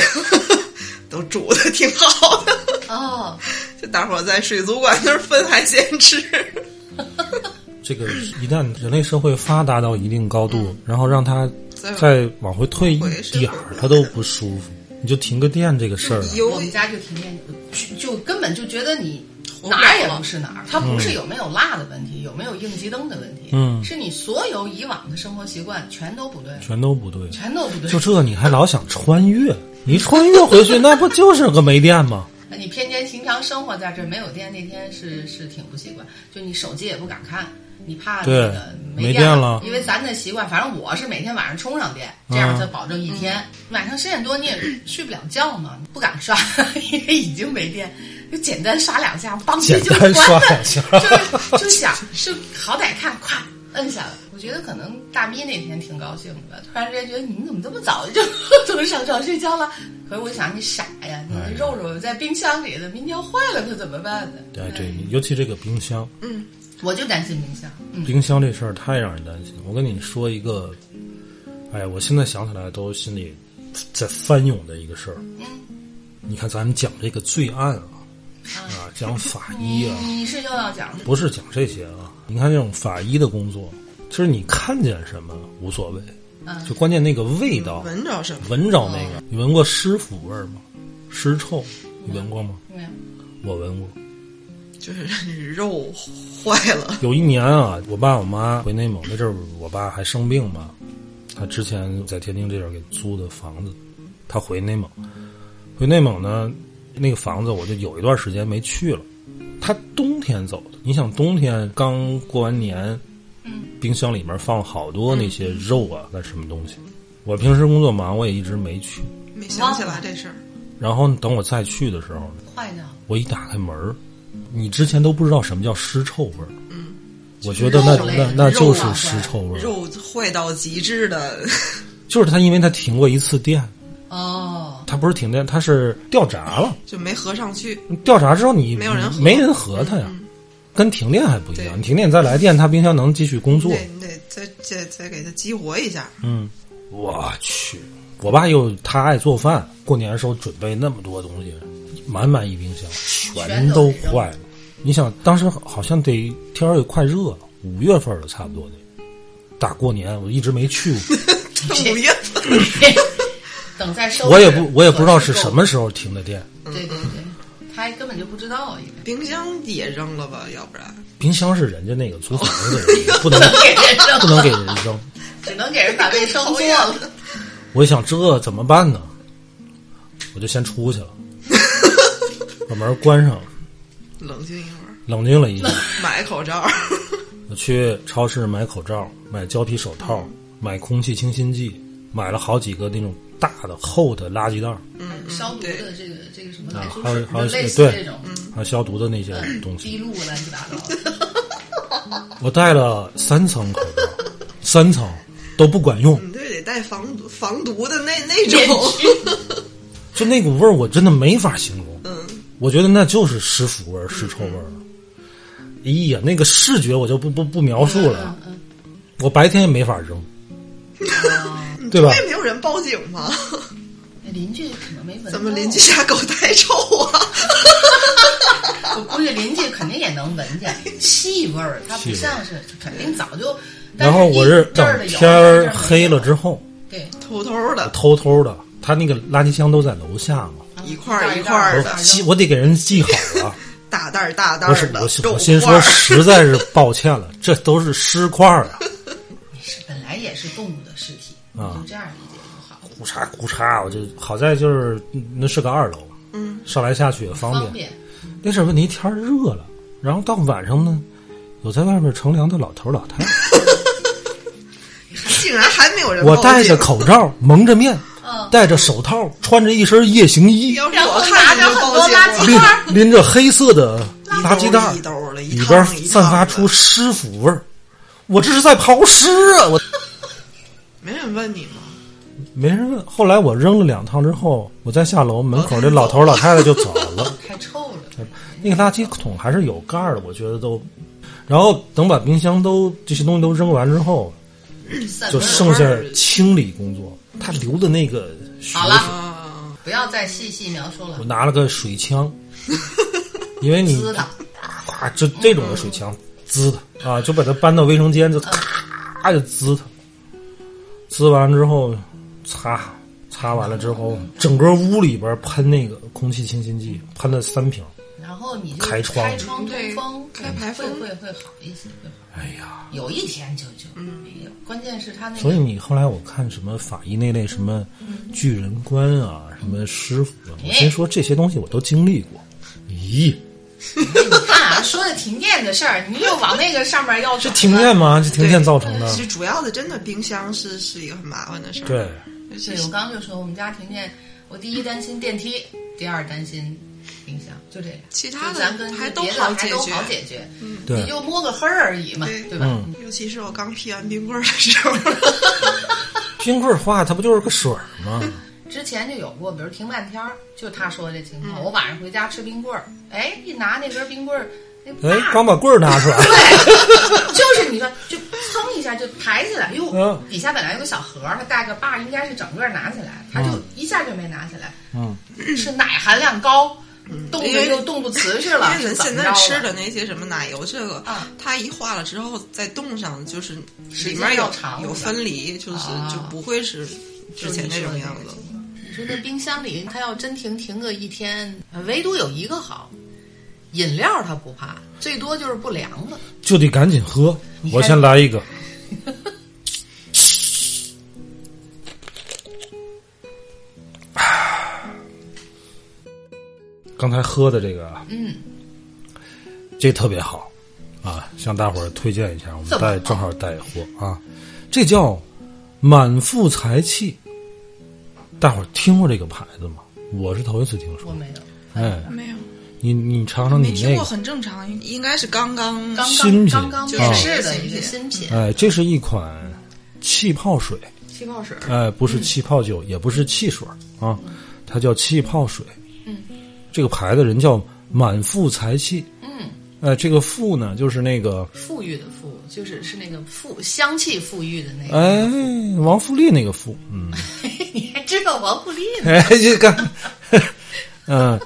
<laughs> 都煮的挺好的， <laughs> 哦，就大伙儿在水族馆那儿分海鲜吃。这个一旦人类社会发达到一定高度，然后让它再往回退一点儿，它都不舒服。你就停个电这个事儿啊，有我们家就停电，就就根本就觉得你哪儿也不是哪儿，它不是有没有蜡的问题，有没有应急灯的问题，嗯是你所有以往的生活习惯全都不对，全都不对。全都不对，就这你还老想穿越？你穿越回 <laughs> 去那不就是个没电吗？你偏偏平常生活在这儿没有电那天是是挺不习惯，就你手机也不敢看，你怕那对个没电电了嗯因为咱的习惯，反正我是每天晚上充上电，这样才保证一天。晚上十点多你也睡不了觉嘛，不敢刷， <laughs> 因为已经没电，就简单刷 <laughs> 两下，梆叽就简单刷关了，两下 <laughs> 就 <laughs> 就想是好歹看，咵摁下了。我觉得可能大咪那天挺高兴的吧，突然之间觉得你们怎么这么早就 <laughs> 怎么上床睡觉了？可是我想你傻呀，你哎那肉肉在冰箱里的，明天坏了可怎么办呢？对哎对，尤其这个冰箱，我就担心冰箱，嗯，冰箱这事儿太让人担心了。我跟你说一个，哎呀，我现在想起来都心里在翻涌的一个事儿。你看，咱们讲这个罪案啊，啊，讲法医啊，你是又要讲不是讲这些啊。你看这种法医的工作，其实你看见什么无所谓，嗯就关键那个味道，闻着什么？闻着那个，你闻过尸腐味儿吗？尸臭，你闻过吗？没有？我闻过。就是肉坏了，有一年啊，我爸我妈回内蒙那阵儿，我爸还生病嘛，他之前在天津这边给租的房子，他回内蒙，回内蒙呢，那个房子我就有一段时间没去了。他冬天走的，你想冬天刚过完年，冰箱里面放好多那些肉啊，那什么东西。我平时工作忙，我也一直没去。没想起来这事儿。然后等我再去的时候，坏掉，我一打开门儿，你之前都不知道什么叫尸臭味儿。嗯，我觉得就是那肉类那那肉就是啊尸臭味儿，肉坏到极致的， <laughs> 就是它，因为它停过一次电，哦，它不是停电，它是掉闸了。就没合上去。掉闸之后你没有人合没人合它呀，跟停电还不一样。对你停电再来电，它冰箱能继续工作。对，你得再再再给它激活一下。嗯，我去，我爸又他爱做饭，过年的时候准备那么多东西，满满一冰箱，全都坏了。你想，当时好像得天儿也快热了，五月份了差不多得。大过年我一直没去 <laughs> 过，嗯 <laughs> 五月份等再收拾，我也不我也不知道是可什么时候停的电。够，对对对，他根本就不知道，应该冰箱也扔了吧，要不然冰箱是人家那个租房子的人，不能 <laughs> 给人扔不能给人扔。只 <laughs> 能给人把卫生做了。我一想这怎么办呢？我就先出 <laughs> 去了，把门关上了，冷静一会儿，冷静了一下。买口罩。 <laughs> 我去超市买口罩，买胶皮手套，买空气清新剂，买了好几个那种大的厚的垃圾袋儿， <laughs> 消毒的这个这个什么啊来说还有是还有嗯类似这对种，嗯还有消毒的那些东西。滴露乱七八 <laughs> 糟的，我戴了三层口罩，三层都不管用，嗯你这得带防毒防毒的那那种，就那股味儿我真的没法形容。嗯我觉得那就是尸腐味儿、尸臭味儿了。嗯哎呀，那个视觉我就不不不描述了，嗯我白天也没法扔， <laughs> <laughs> 对 <laughs> <laughs> 吧？哎也没有人报警吗？邻居可能没闻到。咱们邻居？家狗太臭啊！我估计邻居肯定也能闻见 <laughs> 气味儿，它不像是肯定早 <laughs> 就。但然后我是是一阵等儿的有天儿黑了后，之后，对，偷偷的，偷偷的，他那个垃圾箱都在楼下嘛，一块儿一块儿我的，记我得给人记好了。大袋儿大袋不是儿的我心，肉我心块说儿实在是抱歉了，这都是尸块儿啊，是本来也是动物的尸体，你啊就这样理解就好了。咕嚓咕嚓，我就好在就是嗯那是个二楼，嗯，上来下去也方方便，那是问题，天儿热了，然后到晚上呢，有在外面乘凉的老头儿 <laughs> 老太太，竟然还没有人报我警。戴着口罩，蒙着面，戴着手套，穿着一身嗯夜行衣，要是然我后看见拿就着很报多警垃圾了。拎拎着黑色的垃圾袋儿一兜儿一兜儿的一趟里边儿一趟散发出的尸腐味儿，我这是在刨尸啊！我没人问你吗？没人问。后来我扔了两趟之后，我再下楼，门口这老头儿老太太就走了。太臭了。那个垃圾桶还是有盖儿的，我觉得都。然后等把冰箱都这些东西都扔完之后，散就味儿剩下清理工作。他留的那个水好，了，不要再细细描述了我。拿了个水 <laughs> 枪，因为你滋的，咔就这种的水枪滋它啊，就把它搬到卫生间就咔就滋它，滋完之后擦擦完了之后，整个屋里边喷那个空气清新剂，喷了三瓶。然后你就开窗开窗通风，嗯对开排风会会会好一些，会好。哎呀，有一天就就嗯没有，关键是他那所以个你后来我看什么法医那类什么巨人观啊，什么师傅啊，我心说这些东西我都经历过。咦，你看啊，说的停电的事儿，你又往那个上面要这转了停电吗？这停电造成的。其实主要的真的冰箱是是一个很麻烦的事儿。对，对，对，我刚刚就说我们家停电，我第一担心电梯，第二担心冰箱，就这个。其他的就咱跟还别都的好还解都决嗯好解决，对你就摸个黑儿而已嘛，对对吧？嗯尤其是我刚劈完冰棍儿的时 <laughs> 候，冰棍儿化它不就是个水儿吗？之前就有过，比如停半天儿，就他说的这情嗯况。我晚上回家吃冰棍儿，哎，一拿那根冰棍儿，那哎，把刚把棍儿拿出来， <laughs> 就是你说就蹭一下就抬起来，哟，嗯底下本来有个小盒儿，它带个把儿，应该是整个拿起来，他就一下就没拿起来。嗯，是奶含量高，冻嗯因着为又冻不瓷实了，因为是咱怎现么在着吃了的那些什么奶油，这个、啊它一化了之后再冻上，就是时里间面要有长有是吧分离，就是、啊就不会是之前那种样子。你说那冰箱里它要真停停个一天，呃唯独有一个好，饮料它不怕，最多就是不凉了。就得赶紧喝。看我先来一个， <laughs> 刚才喝的这个，嗯，这特别好啊，向大伙儿推荐一下。我们怎么带了正好带货啊，这叫满腹才气。大伙儿听过这个牌子吗？我是头一次听我说。没有，哎，没有，你你尝尝你没那听个，过，很正常，应该是刚刚刚新刚品刚刚就面是世的新一个品嗯新品哎，这是一款气泡水。气泡水，哎，不是气泡酒，也不是汽水儿啊，它叫气泡水。嗯，这个牌子人叫满腹才气。嗯，呃，这个腹呢，就是那个馥郁的馥，就是是那个馥香气馥郁的那个。哎，王富利那个富，嗯，你还知道王富利呢？哎，这个， <laughs> 嗯、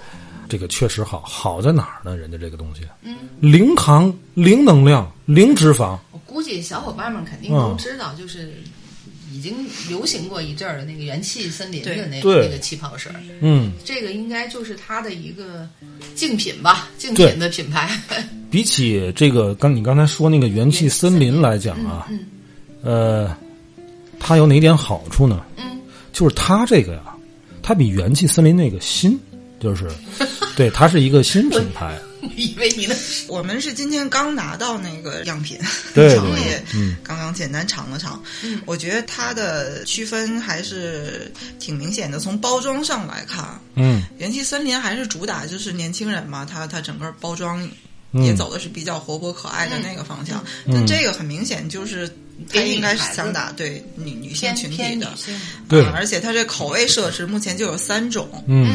这个确实好，好在哪儿呢？人家这个东西，嗯，零糖、零能量、零脂肪，我估计小伙伴们肯定都嗯知道，就是已经流行过一阵儿的那个元气森林的那对那个气泡水儿，嗯，这个应该就是它的一个竞品吧，竞品的品牌。 <laughs> 比起这个刚你刚才说那个元气森林来讲啊，呃，它有哪点好处呢？嗯，就是它这个呀、啊它比元气森林那个新，就是对，它是一个新品牌，我以为你的我们是今天刚拿到那个样品， <laughs> 对然后对也嗯刚刚简单尝了尝。嗯我觉得它的区分还是挺明显的，从包装上来看，嗯元气森林还是主打就是年轻人嘛，它它整个包装嗯也走的是比较活泼可爱的那个方向，嗯但这个很明显就是它应该是想打对女女性偏群体偏女的。性，对啊而且它这口味设置目前就有三种，嗯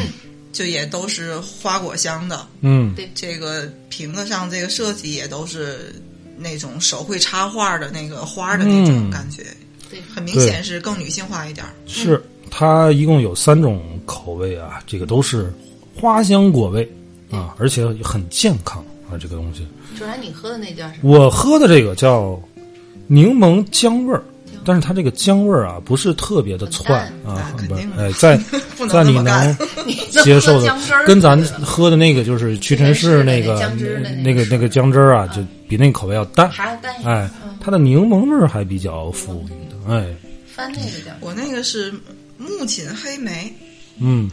就也都是花果香的，嗯对这个瓶子上这个设计也都是那种手绘插画的那个花的那种嗯感觉，对很明显是更女性化一点儿。是它一共有三种口味啊，这个都是花香果味啊，而且很健康啊，这个东西。卓然，你喝的那叫什么？我喝的这个叫柠檬姜味儿，但是它这个姜味儿啊，不是特别的窜啊，那肯不定的哎， <laughs> 在不能在这你么干 <laughs> 能接受你的能喝姜汁儿，跟咱喝的那个就是屈臣氏那个屈臣氏那的那姜汁儿的那个个那个姜汁儿啊，就比那口味要淡，还要嗯淡一点。哎，它的柠檬味儿还比较馥郁的，哎，翻那个叫什么我那个是木槿黑莓，嗯，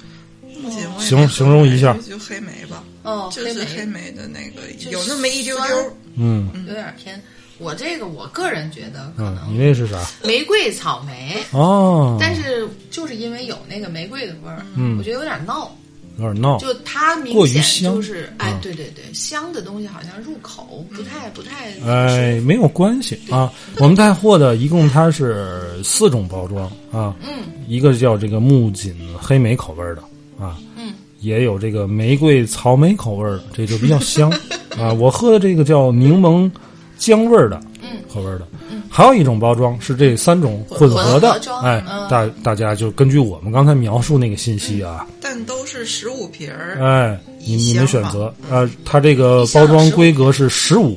木槿我也形没哎形容一下就就黑莓吧，哦，就是黑莓，莓的那个，就是有那么一丢酸丢。嗯有点偏。我这个我个人觉得可嗯，能你那是啥？玫瑰草莓，哦，但是就是因为有那个玫瑰的味儿，嗯我觉得有点闹。有点闹，就它明过于显香就是，哎嗯，对对对，香的东西好像入口不太不太，哎，没有关系啊。我们带货的一共它是四种包装啊，嗯，一个叫这个木槿黑莓口味儿的啊，嗯，也有这个玫瑰草莓口味儿的，这就比较香 <laughs> 啊。我喝的这个叫柠檬姜味儿的，嗯，口味儿的。还有一种包装是这三种混合混的合装，哎，大大家就根据我们刚才描述那个信息啊，但都是十五瓶儿， <laughs> 哎，你一你箱们选吧择啊，它这个包装规格是十五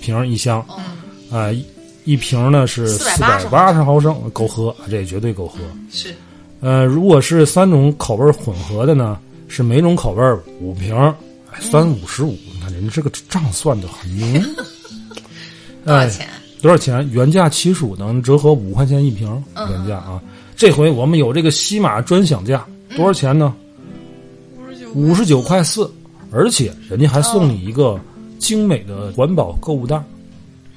瓶儿一箱，啊，一一瓶呢是四百480八十毫升，够喝，啊这绝对够喝。是呃，如果是三种口味儿混合的呢，是每种口味儿五瓶儿，哎三五十五，你看人这个账算的很 <laughs> 明。多少哎，钱？多少钱？原价七十五，能折合五块钱一瓶儿，原价啊。这回我们有这个西马专享价，多少钱呢？五十九块四，而且人家还嗯送你一个精美的环保购物哦袋儿，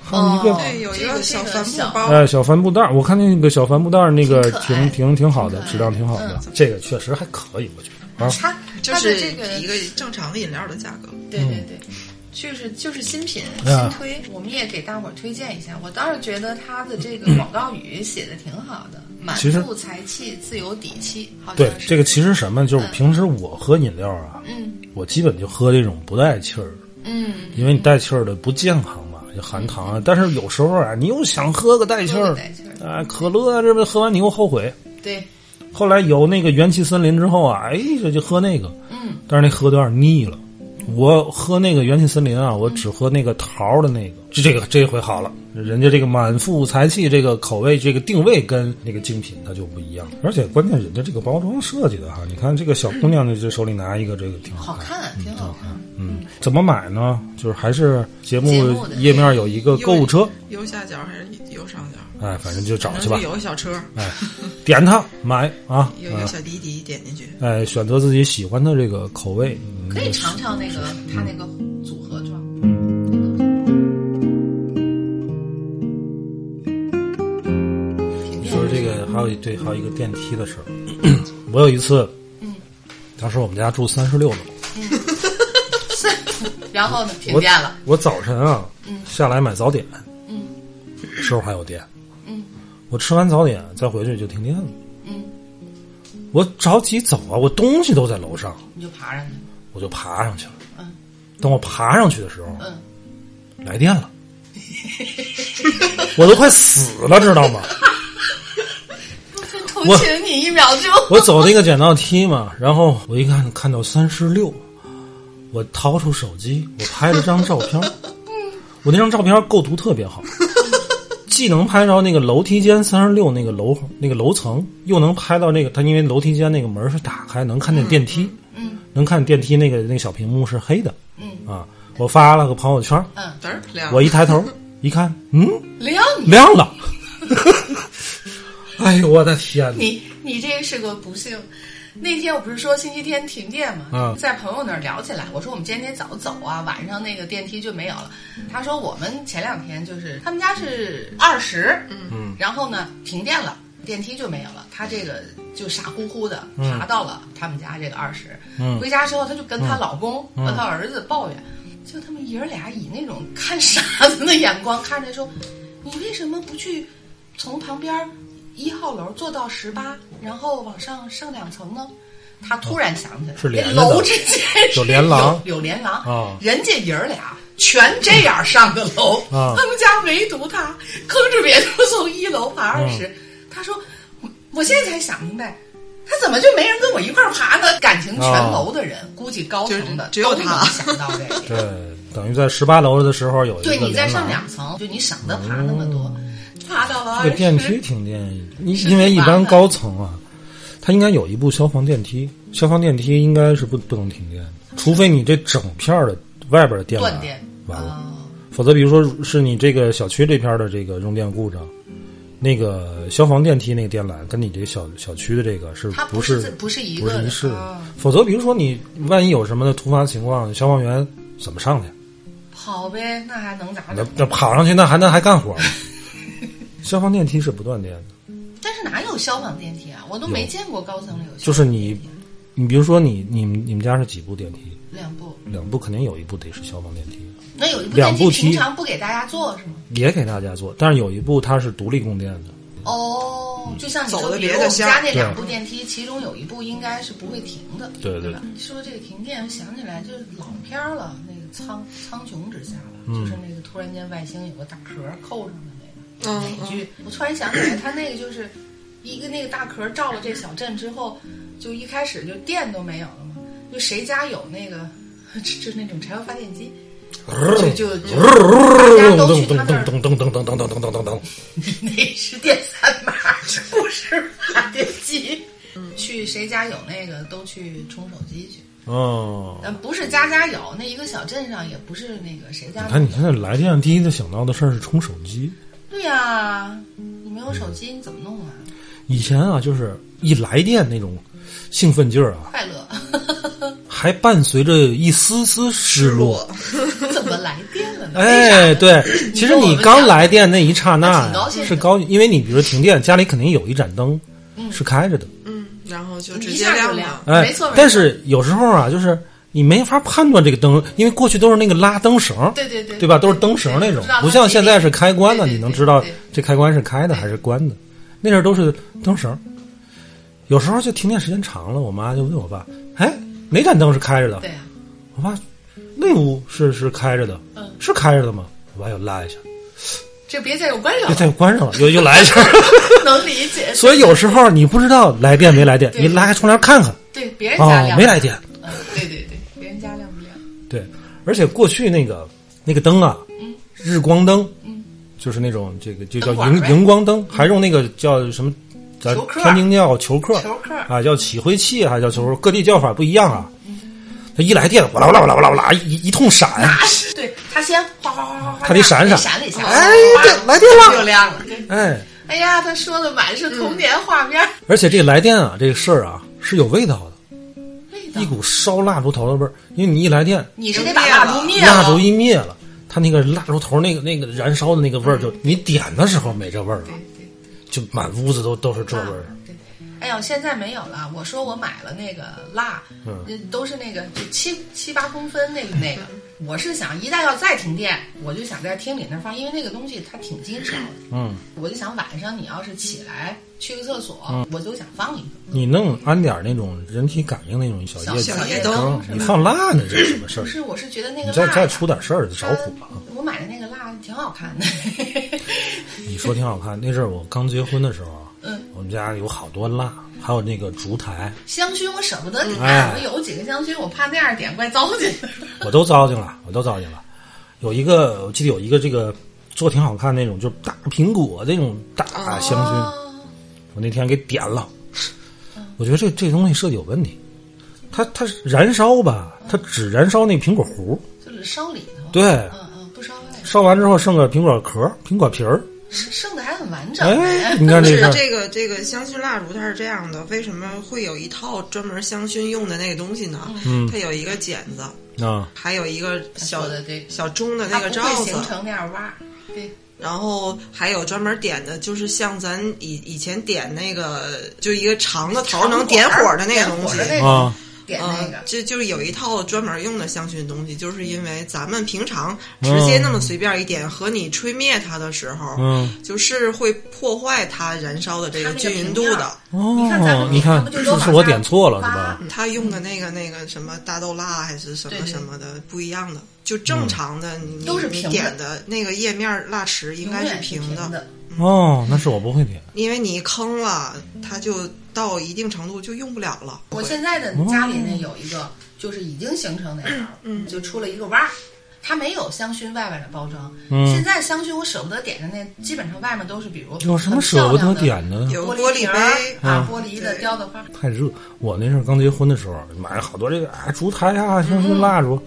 还有一个、对，哎有一这个个小这个帆布小包，哎小帆布袋儿。我看那个小帆布袋儿那个挺可爱嗯挺挺挺好的，挺可爱质量挺好的，这个确实还可以，我觉得啊。它就它的是这个一个正常的饮料的价格。对嗯对对，就是就是新品哎呀新推，我们也给大伙儿推荐一下。我倒是觉得它的这个广告语写的挺好的，满其实腹才气，自有底气。好像对，是这个其实什么，就是平时我喝饮料啊，嗯我基本就喝这种不带气儿的。嗯，因为你带气儿的不健康嘛，就含糖啊。但是有时候啊，你又想喝个带气喝儿个带气儿，啊，可乐啊，这不喝完你又后悔。对，后来有那个元气森林之后啊，哎，这就喝那个，嗯，但是那喝的有点腻了。我喝那个元气森林啊，我只喝那个桃儿的那个，这这个这回好了，人家这个满腹才气这个口味这个定位跟那个精品它就不一样，而且关键人家这个包装设计的哈，你看这个小姑娘这手里拿一个这个挺好看，挺好看。嗯，怎么买呢？就是还是节目节目的页面有一个呃购物车，右下角还是右上角？哎，反正就找反去正就吧，有个小车，哎，点它买啊，有一个小滴滴，点进去。哎，选择自己喜欢的这个口味，嗯可以尝尝那个它那个组合装。你说这个还有一对，还有一个电梯的事儿。嗯我有一次，当时我们家住三十六楼，然后呢，停我电了，嗯我早晨啊，下来买早点，时候还有电，嗯我吃完早点再回去就停电了，我着急走啊，我东西都在楼上，你就爬上去了。我就爬上去了。嗯等我爬上去的时候，嗯，来电了， <laughs> 我都快死了，知道吗？同我情你一秒钟。 <laughs> 我走那个捡到梯嘛，然后我一看看到三十六，我掏出手机，我拍了张照片儿，我那张照片儿构图特别好，既能拍着那个楼梯间三十六那个楼那个楼层，又能拍到那个它因为楼梯间那个门是打开，能看见电梯，嗯，能看电梯那个那个小屏幕是黑的，嗯啊，我发了个朋友圈儿，嗯嘚儿亮了，我一抬头一看，嗯，亮你，亮了。 <laughs> 哎呦我的天哪！你你这是个不幸。那天我不是说星期天停电吗？嗯在朋友那儿聊起来，我说我们今天早走啊，晚上那个电梯就没有了。他说我们前两天就是他们家是二十，嗯，然后呢停电了，电梯就没有了。他这个就傻乎乎的爬到了他们家这个二十、嗯回家之后他就跟她老公和她儿子抱怨，就他们爷儿俩以那种看傻子的眼光看着说，你为什么不去从旁边一号楼坐到十八，然后往上上两层呢？他突然想起来，是连着的那楼之间是有连廊有有连廊啊人家爷儿俩全这样上的楼，啊他们家唯独他吭哧瘪肚从一楼爬嗯二十、他说我我现在才想明白。他怎么就没人跟我一块儿爬呢？感情全啊楼的人，估计高层的只有都能他想到这 <laughs> 一点。对，等于在十八楼的时候有一个对，你再连上廊两层，就你省得爬那么多，爬到了嗯这个电梯20停电，因是因为挺一麻般烦高层啊，它应该有一部消防电梯，消防电梯应该是不不能停电的，除非你这整片儿的外边的电缆断电完了，哦否则比如说是你这个小区这片儿的这个用电故障。那个消防电梯那个电缆跟你这小小区的这个是它不不是是不是一不个是一的式的啊？否则比如说你万一有什么的突发情况，消防员怎么上去？啊好呗，那还能咋那整？那跑上去那还那还干活 <laughs> 吗？消防电梯是不断电的，但是哪有消防电梯啊？我都没见过高层里有消防电梯。就是你你比如说你你们你们家是几部电梯？两部，两部肯定有一部得是消防电梯，那有一部两电部梯梯平常不给大家坐是吗？也给大家做，但是有一部它是独立供电的。哦，就像你走说，的比别如的我们线家那两对部电梯，其中有一部应该是不会停的，对对吧？你说这个停电，我想起来就是老片儿了，那个苍苍穹之下吧，嗯就是那个突然间外星有个大壳扣上的那嗯个美剧，我突然想起来，它那个就是一个那个大壳罩了这小镇之后，就一开始就电都没有了嘛，就谁家有那个 <laughs> 就是那种柴油发电机，就就就大家都去他那儿噔噔噔噔噔噔噔噔噔噔。 <laughs> 那是电三码，不是发电机。去谁家有那个都去充手机去，哦，但不是家家有，那一个小镇上也不是那个谁家你。看你现在来电第一个想到的事儿是充手机。对呀、你没有手机你怎么弄啊？以前啊，就是一来电那种兴奋劲儿啊，快乐 <laughs> 还伴随着一丝丝失落。怎么来电了呢？哎，对，其实你刚来电那一刹那那挺高兴的是高，因为你比如停电，家里肯定有一盏灯是开着的，嗯，然后就直一接下就亮亮了，，哎，没错。没错但是有时候啊，就是你没法判断这个灯，因为过去都是那个拉灯绳儿，对对对对吧？都是灯绳儿那对种不知道，它不像现在是开关的，对对你能知道对对这开关是开的还是关的。那阵儿都是灯绳儿，有时候就停电时间长了，我妈就问我爸：“哎，哪盏灯是开着的对？”呀、我爸：“那屋是是开着的，嗯是开着的吗？”我爸又拉一下，这别再有关上又了，再又关上了，又又来一下。能理解。 <laughs> 所以有时候你不知道来电没来电，对你拉开窗帘看看，对别人家哦，亮、没来电。嗯，对对对，别人家亮不亮？对，而且过去那个那个灯啊，日光灯，就是那种这个就叫嗯灯管荧呗嗯荧光灯，还用那个叫什么？咱球客天津叫球客，球客啊，叫起灰器，还叫球客，各地叫法不一样啊。嗯它一来电，哇啦哇啦哇啦哇啦哇啦，一一通闪，对，它先哗哗哗哗哗，它得闪亮闪闪了一下，哎哗对来电了就亮了。对哎，哎呀，他说的满是童年画面，而且这来电啊，这个事儿啊是有味道味的，道一。股烧蜡烛头的味儿，因为你一来电，你是得把蜡烛灭了，蜡烛一灭了，它那个蜡烛头那个那个燃烧的那个味儿，就你点的时候没这味儿了对，对就满屋子都都是这味儿。对。哎呦，现在没有了。我说我买了那个蜡，嗯、都是那个就七七八公分那个那个。我是想一旦要再停电，我就想在厅里那儿放，因为那个东西它挺经烧的。嗯，我就想晚上你要是起来去个厕所，嗯我就想放一个。你弄安点儿那种人体感应那种小叶子小夜灯灯，你放蜡呢，这是什么事儿不？是，我是觉得那你个再蜡再出点事儿就啊着它火了。我买的那个蜡挺好看的。 <laughs> 你说挺好看，那阵儿我刚结婚的时候，啊嗯，我们家有好多蜡，还有那个烛台，香薰我舍不得点，哎我有几个香薰，我怕那样点怪糟践。我都糟践了，我都糟践了。有一个我记得有一个这个做挺好看那种，就是大苹果那种大香薰，哦我那天给点了。我觉得这这东西设计有问题，它它燃烧吧，它只燃烧那苹果核， <laughs> 就是烧里头。对，嗯嗯，不烧外头，烧完之后剩个苹果壳、苹果皮儿。剩的还很完整。 <laughs> 哎，你看这是事儿，这个这个香薰蜡烛，它是这样的，为什么会有一套专门香薰用的那个东西呢？它有一个剪子，啊，还有一个小说的对小钟的那它个不罩会子形，成那样洼。对，然后还有专门点的，就是像咱以以前点那个，就一个长的头儿能点火的那个东西点火的。那个啊，点那嗯个，。这就是有一套专门用的香薰东西，就是因为咱们平常直接那么随便一点，和你吹灭它的时哎候，嗯，就是会破坏它燃烧的这个它那个均匀平度面儿的。你看咱哦们，你看不就都是往是我下点错了是挖吧？他嗯用的那个那个什么大豆蜡还是什嗯对么对嗯什么的不一样的，就正常的你都是你平的点的那个页面蜡池应该永是远平的。的，哦，那是我不会点。因为你坑了，它就到一定程度就用不了了。我现在哦的家里呢有一个，就是已经形成那样了，嗯就出了一个洼儿。它没有香薰外面的包装，嗯现在香薰我舍不得点的那，基本上外面都是比如有哦什么舍不得点的嗯呢有很玻漂璃亮杯的玻璃瓶儿啊，玻璃的对雕的花，太热。我那阵儿刚结婚的时候，买了好多这个啊烛台啊、香薰蜡烛，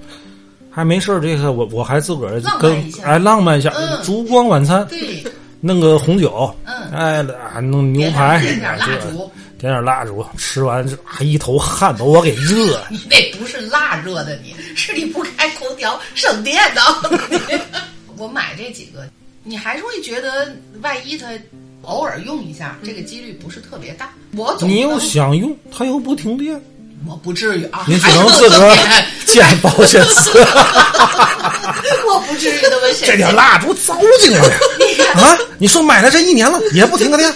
还没事儿这个我我还自个儿浪漫跟一下哎浪漫一下，嗯烛光晚餐，对，弄个红酒，嗯哎啊弄牛排，点点哎点蜡这烛，点点蜡烛，吃完这还一头汗把我给热的。 <laughs> 你那不是蜡热的你，是你不开空调省电呢。 <laughs> 我买这几个，你还是会觉得万一它嗯偶尔用一下，这个几率不是特别大。我总你能哎又想用，它又不停电，我不至于啊，您只还能有自个这儿点 <laughs> <laughs> 建保险丝，我不至于 <laughs> 那么神这奇点。蜡烛糟践 <laughs> 了呀！啊，你说买了这一年了，也不停个电，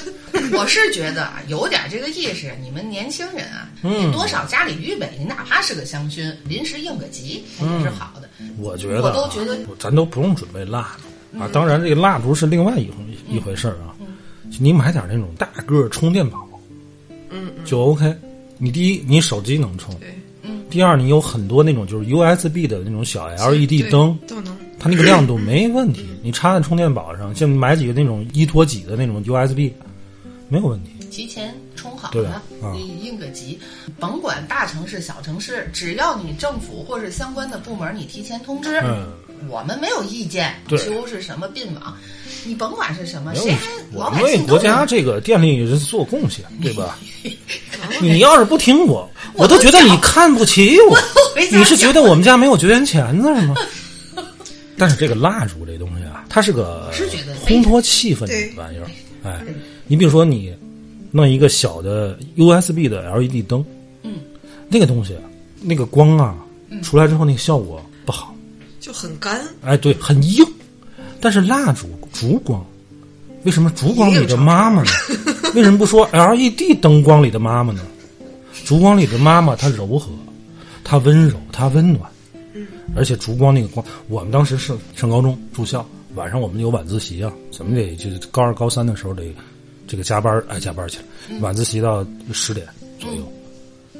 我是觉得啊，有点这个意识，你们年轻人啊，嗯你多少家里预备，你哪怕是个香薰，临时应个急也是好嗯的。我觉得啊，我都觉得咱都不用准备蜡烛啊。当然，这个蜡烛是另外一回一回事儿啊。你买点那种大个儿充电宝，嗯，就 OK。你第一，你手机能充；对，第二，你有很多那种就是 USB 的那种小 LED 对灯，都能它那个亮度没问题。你插在充电宝上，像你买几个那种一拖几的那种 USB，没有问题。提前充好对了啊啊，你应个急，甭管大城市、小城市，只要你政府或是相关的部门，你提前通知，嗯我们没有意见。对究是什么并网，你甭管是什么，没有谁问还题，我老们百为姓国都家能这个电力是做贡献，对 <laughs> 吧？你要是不听我，我都觉得你看不起我 <laughs> 我回。家你是觉得我们家没有绝缘钳子 <laughs> 是吗？但是这个蜡烛这东西啊，它是个是觉得烘托气氛对的玩意儿。哎，你比如说你弄一个小的 USB 的 LED 灯，嗯，那个东西啊那个光啊，出来之后那个效果不好。就很干，哎，对，很硬。但是蜡烛烛光，为什么烛光里的妈妈呢？为什么不说 LED 灯光里的妈妈呢？烛光里的妈妈她柔和，她温柔，她温暖。嗯而且烛光那个光，我们当时是上高中住校，晚上我们有晚自习啊，怎么得就是高二高三的时候得这个加班儿哎加班儿去了，嗯晚自习到十点左右，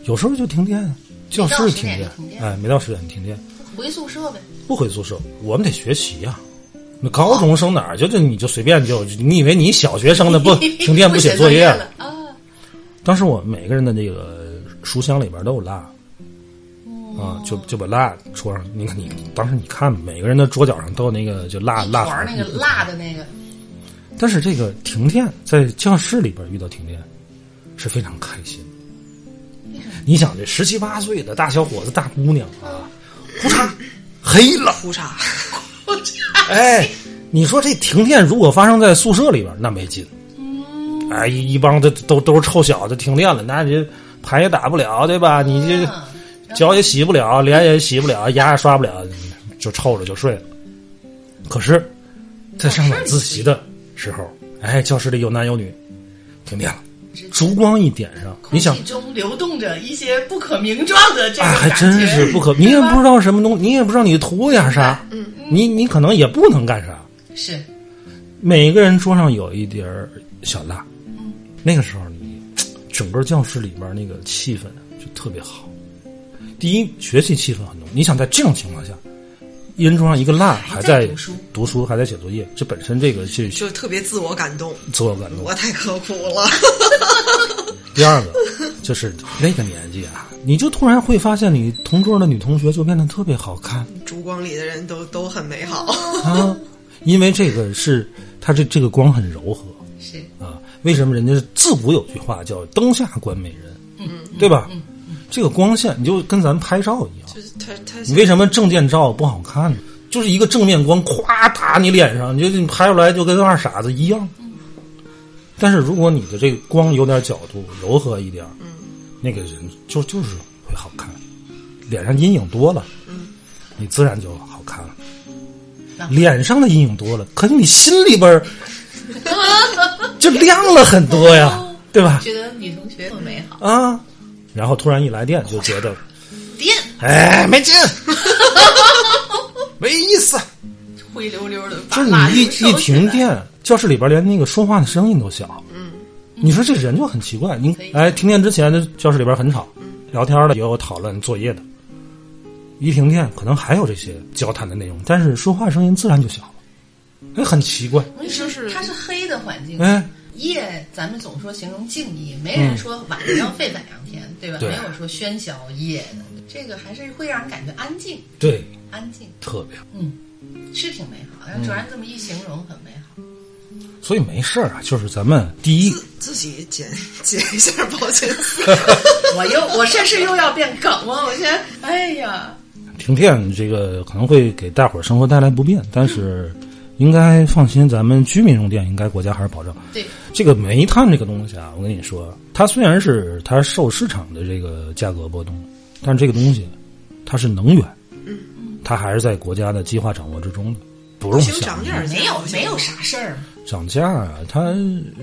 有时候就停电啊，教室没到停10点电就停，电哎，没到十点停电，回宿舍 <laughs> 呗。不回宿舍，我们得学习呀、那高中生哪儿就就你就随便就你以为你小学生的 <laughs> 不停电不写作业？了啊！当时我们每个人的那个书箱里边都有蜡，哦啊，就就把蜡戳上。你看你当时你看每个人的桌角上都有那个就蜡一蜡团儿粉嗯那个辣的那个，但是这个停电在教室里边遇到停电是非常开心的。你想这十七八岁的大小伙子大姑娘啊，扑嚓黑了。扑嚓，哎，你说这停电如果发生在宿舍里边儿，那没劲。嗯哎，一一帮这都都是臭小子停电了，那你牌也打不了，对吧？你嗯这脚也洗不了，脸也洗不了，牙也刷不了，就臭着就睡了。可是，嗯在上晚自习的时候，哎，教室里有男有女，停电了，烛光一点上，你空想气中流动着一些不可名状的这种啊，还感真觉嗯是不可，你也不知道什么东，你也不知道你图点啥，你你可能也不能干啥，是每个人桌上有一碟儿小蜡，那个时候你整个教室里边那个气氛就特别好。第一，学习气氛很浓。你想在这种情况下，一人桌上一个蜡，还在在读书读书，还在写作业，这本身这个是就特别自我感动，自我感动。我太刻苦了。 <laughs> 第二个 <laughs> 就是那个年纪啊，你就突然会发现，你同桌的女同学就变得特别好看烛光里的人都都很美好，哦啊，因为这个是它这这个光很柔和，是，啊，为什么人家自古有句话叫“灯下观美人”，对吧？这个光线你就跟咱拍照一样，就是他他你为什么证件照不好看呢？就是一个正面光咵打你脸上，你就你拍出来就跟二傻子一样。但是如果你的这个光有点角度，柔和一点儿，那个人就就是会好看，脸上阴影多了，你自然就好看了。那脸上的阴影多了，可是你心里边儿就亮了很多呀，对吧？觉得女同学很美好。啊，然后突然一来电就觉得，电哎， <laughs> 没劲，没意思。灰溜溜的，就是把蜡你一烛收一起来停，电，教室里边连那个说话的声音都小。嗯，你说这人就很奇怪。你哎，停电之前的教室里边很吵，聊天的也有讨论作业的。一停电，可能还有这些交谈的内容，但是说话声音自然就小了，哎，很奇怪。没事就是它是黑的环境。哎，夜，咱们总说形容静夜，没人说晚上沸反两天，对吧？对没有说喧嚣夜的，这个还是会让人感觉安静，对，安静特别好。是挺美好。让卓然这么一形容，很美好。所以没事儿啊，就是咱们第一，自己剪剪一下保险丝，我 <laughs> 又，我这是又要变梗了，我现在，哎呀，停电这个可能会给大伙儿生活带来不便，但是应该放心，咱们居民用电应该国家还是保障。对，这个煤炭这个东西啊，我跟你说，它虽然是它受市场的这个价格波动，但是这个东西它是能源，它还是在国家的计划掌握之中的， <laughs> 不用行，想 <laughs> 涨点儿价没有不行没有啥事儿嘛，涨价啊，它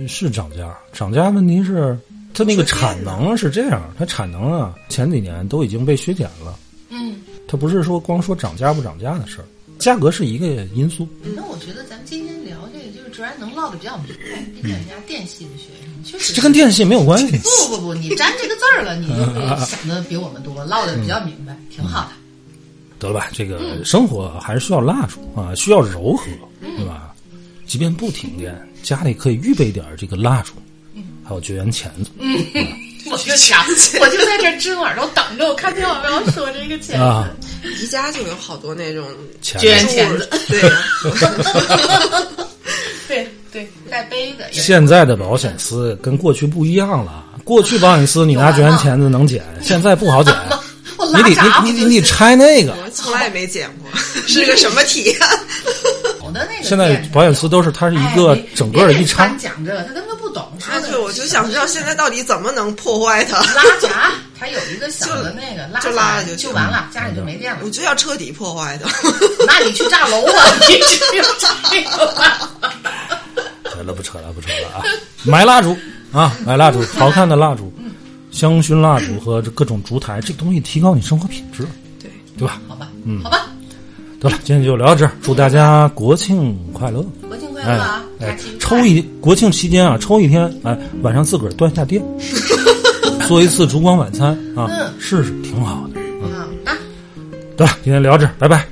是涨价，涨价问题是它那个产能是这样，它产能啊前几年都已经被削减了，嗯。它不是说光说涨价不涨价的事儿，价格是一个因素。那我觉得咱们今天聊这个，就是主然能唠的比较明白，毕竟人家电系的学生，确实这跟电器没有关系。不不不，你沾这个字儿了，你就会想的比我们 <laughs> 多，唠的比较明白，挺好的。得了吧，这个生活还是需要蜡烛啊，需要柔和，对吧？即便不停电，家里可以预备点儿这个蜡烛，还有绝缘钳子我就想，我就在这儿支耳朵等着，我看见有没有说这个钱。啊，宜家就有好多那种钳绝缘子。钳子对， <laughs> 对对，带杯子也是。现在的保险丝跟过去不一样了，过去保险丝你拿绝缘钳子 <laughs> 能剪，现在不好剪，我你拉闸得不你你就你你是拆那 <laughs> 个。我从来没剪过，是个什么体验？有的那个现在店保险丝都是它是一个哎整个的别一给插他，讲这个，他根本不懂。说啊，的对，我就想知道现在到底怎么能破坏它。拉闸，它有一个小的那个拉就闸拉着就行完了，家里就嗯没电了我。就要彻底破坏它。那你去炸楼吧，你去炸楼啊吧。扯了不扯了不扯了啊！买蜡烛啊，买 <laughs> 蜡烛，好看的蜡烛，香薰蜡烛和这各种烛台，这东西提高你生活品质，对，对吧？好吧，嗯好吧，得了，今天就聊到这儿，祝大家国庆快乐！国庆快乐哎啊！假哎期愉，快抽一国庆期间啊，抽一天，哎，晚上自个儿端一 <laughs> 下电，做一次烛光晚餐啊，嗯试试挺好的。嗯啊啊！得了，今天聊到这儿，拜拜。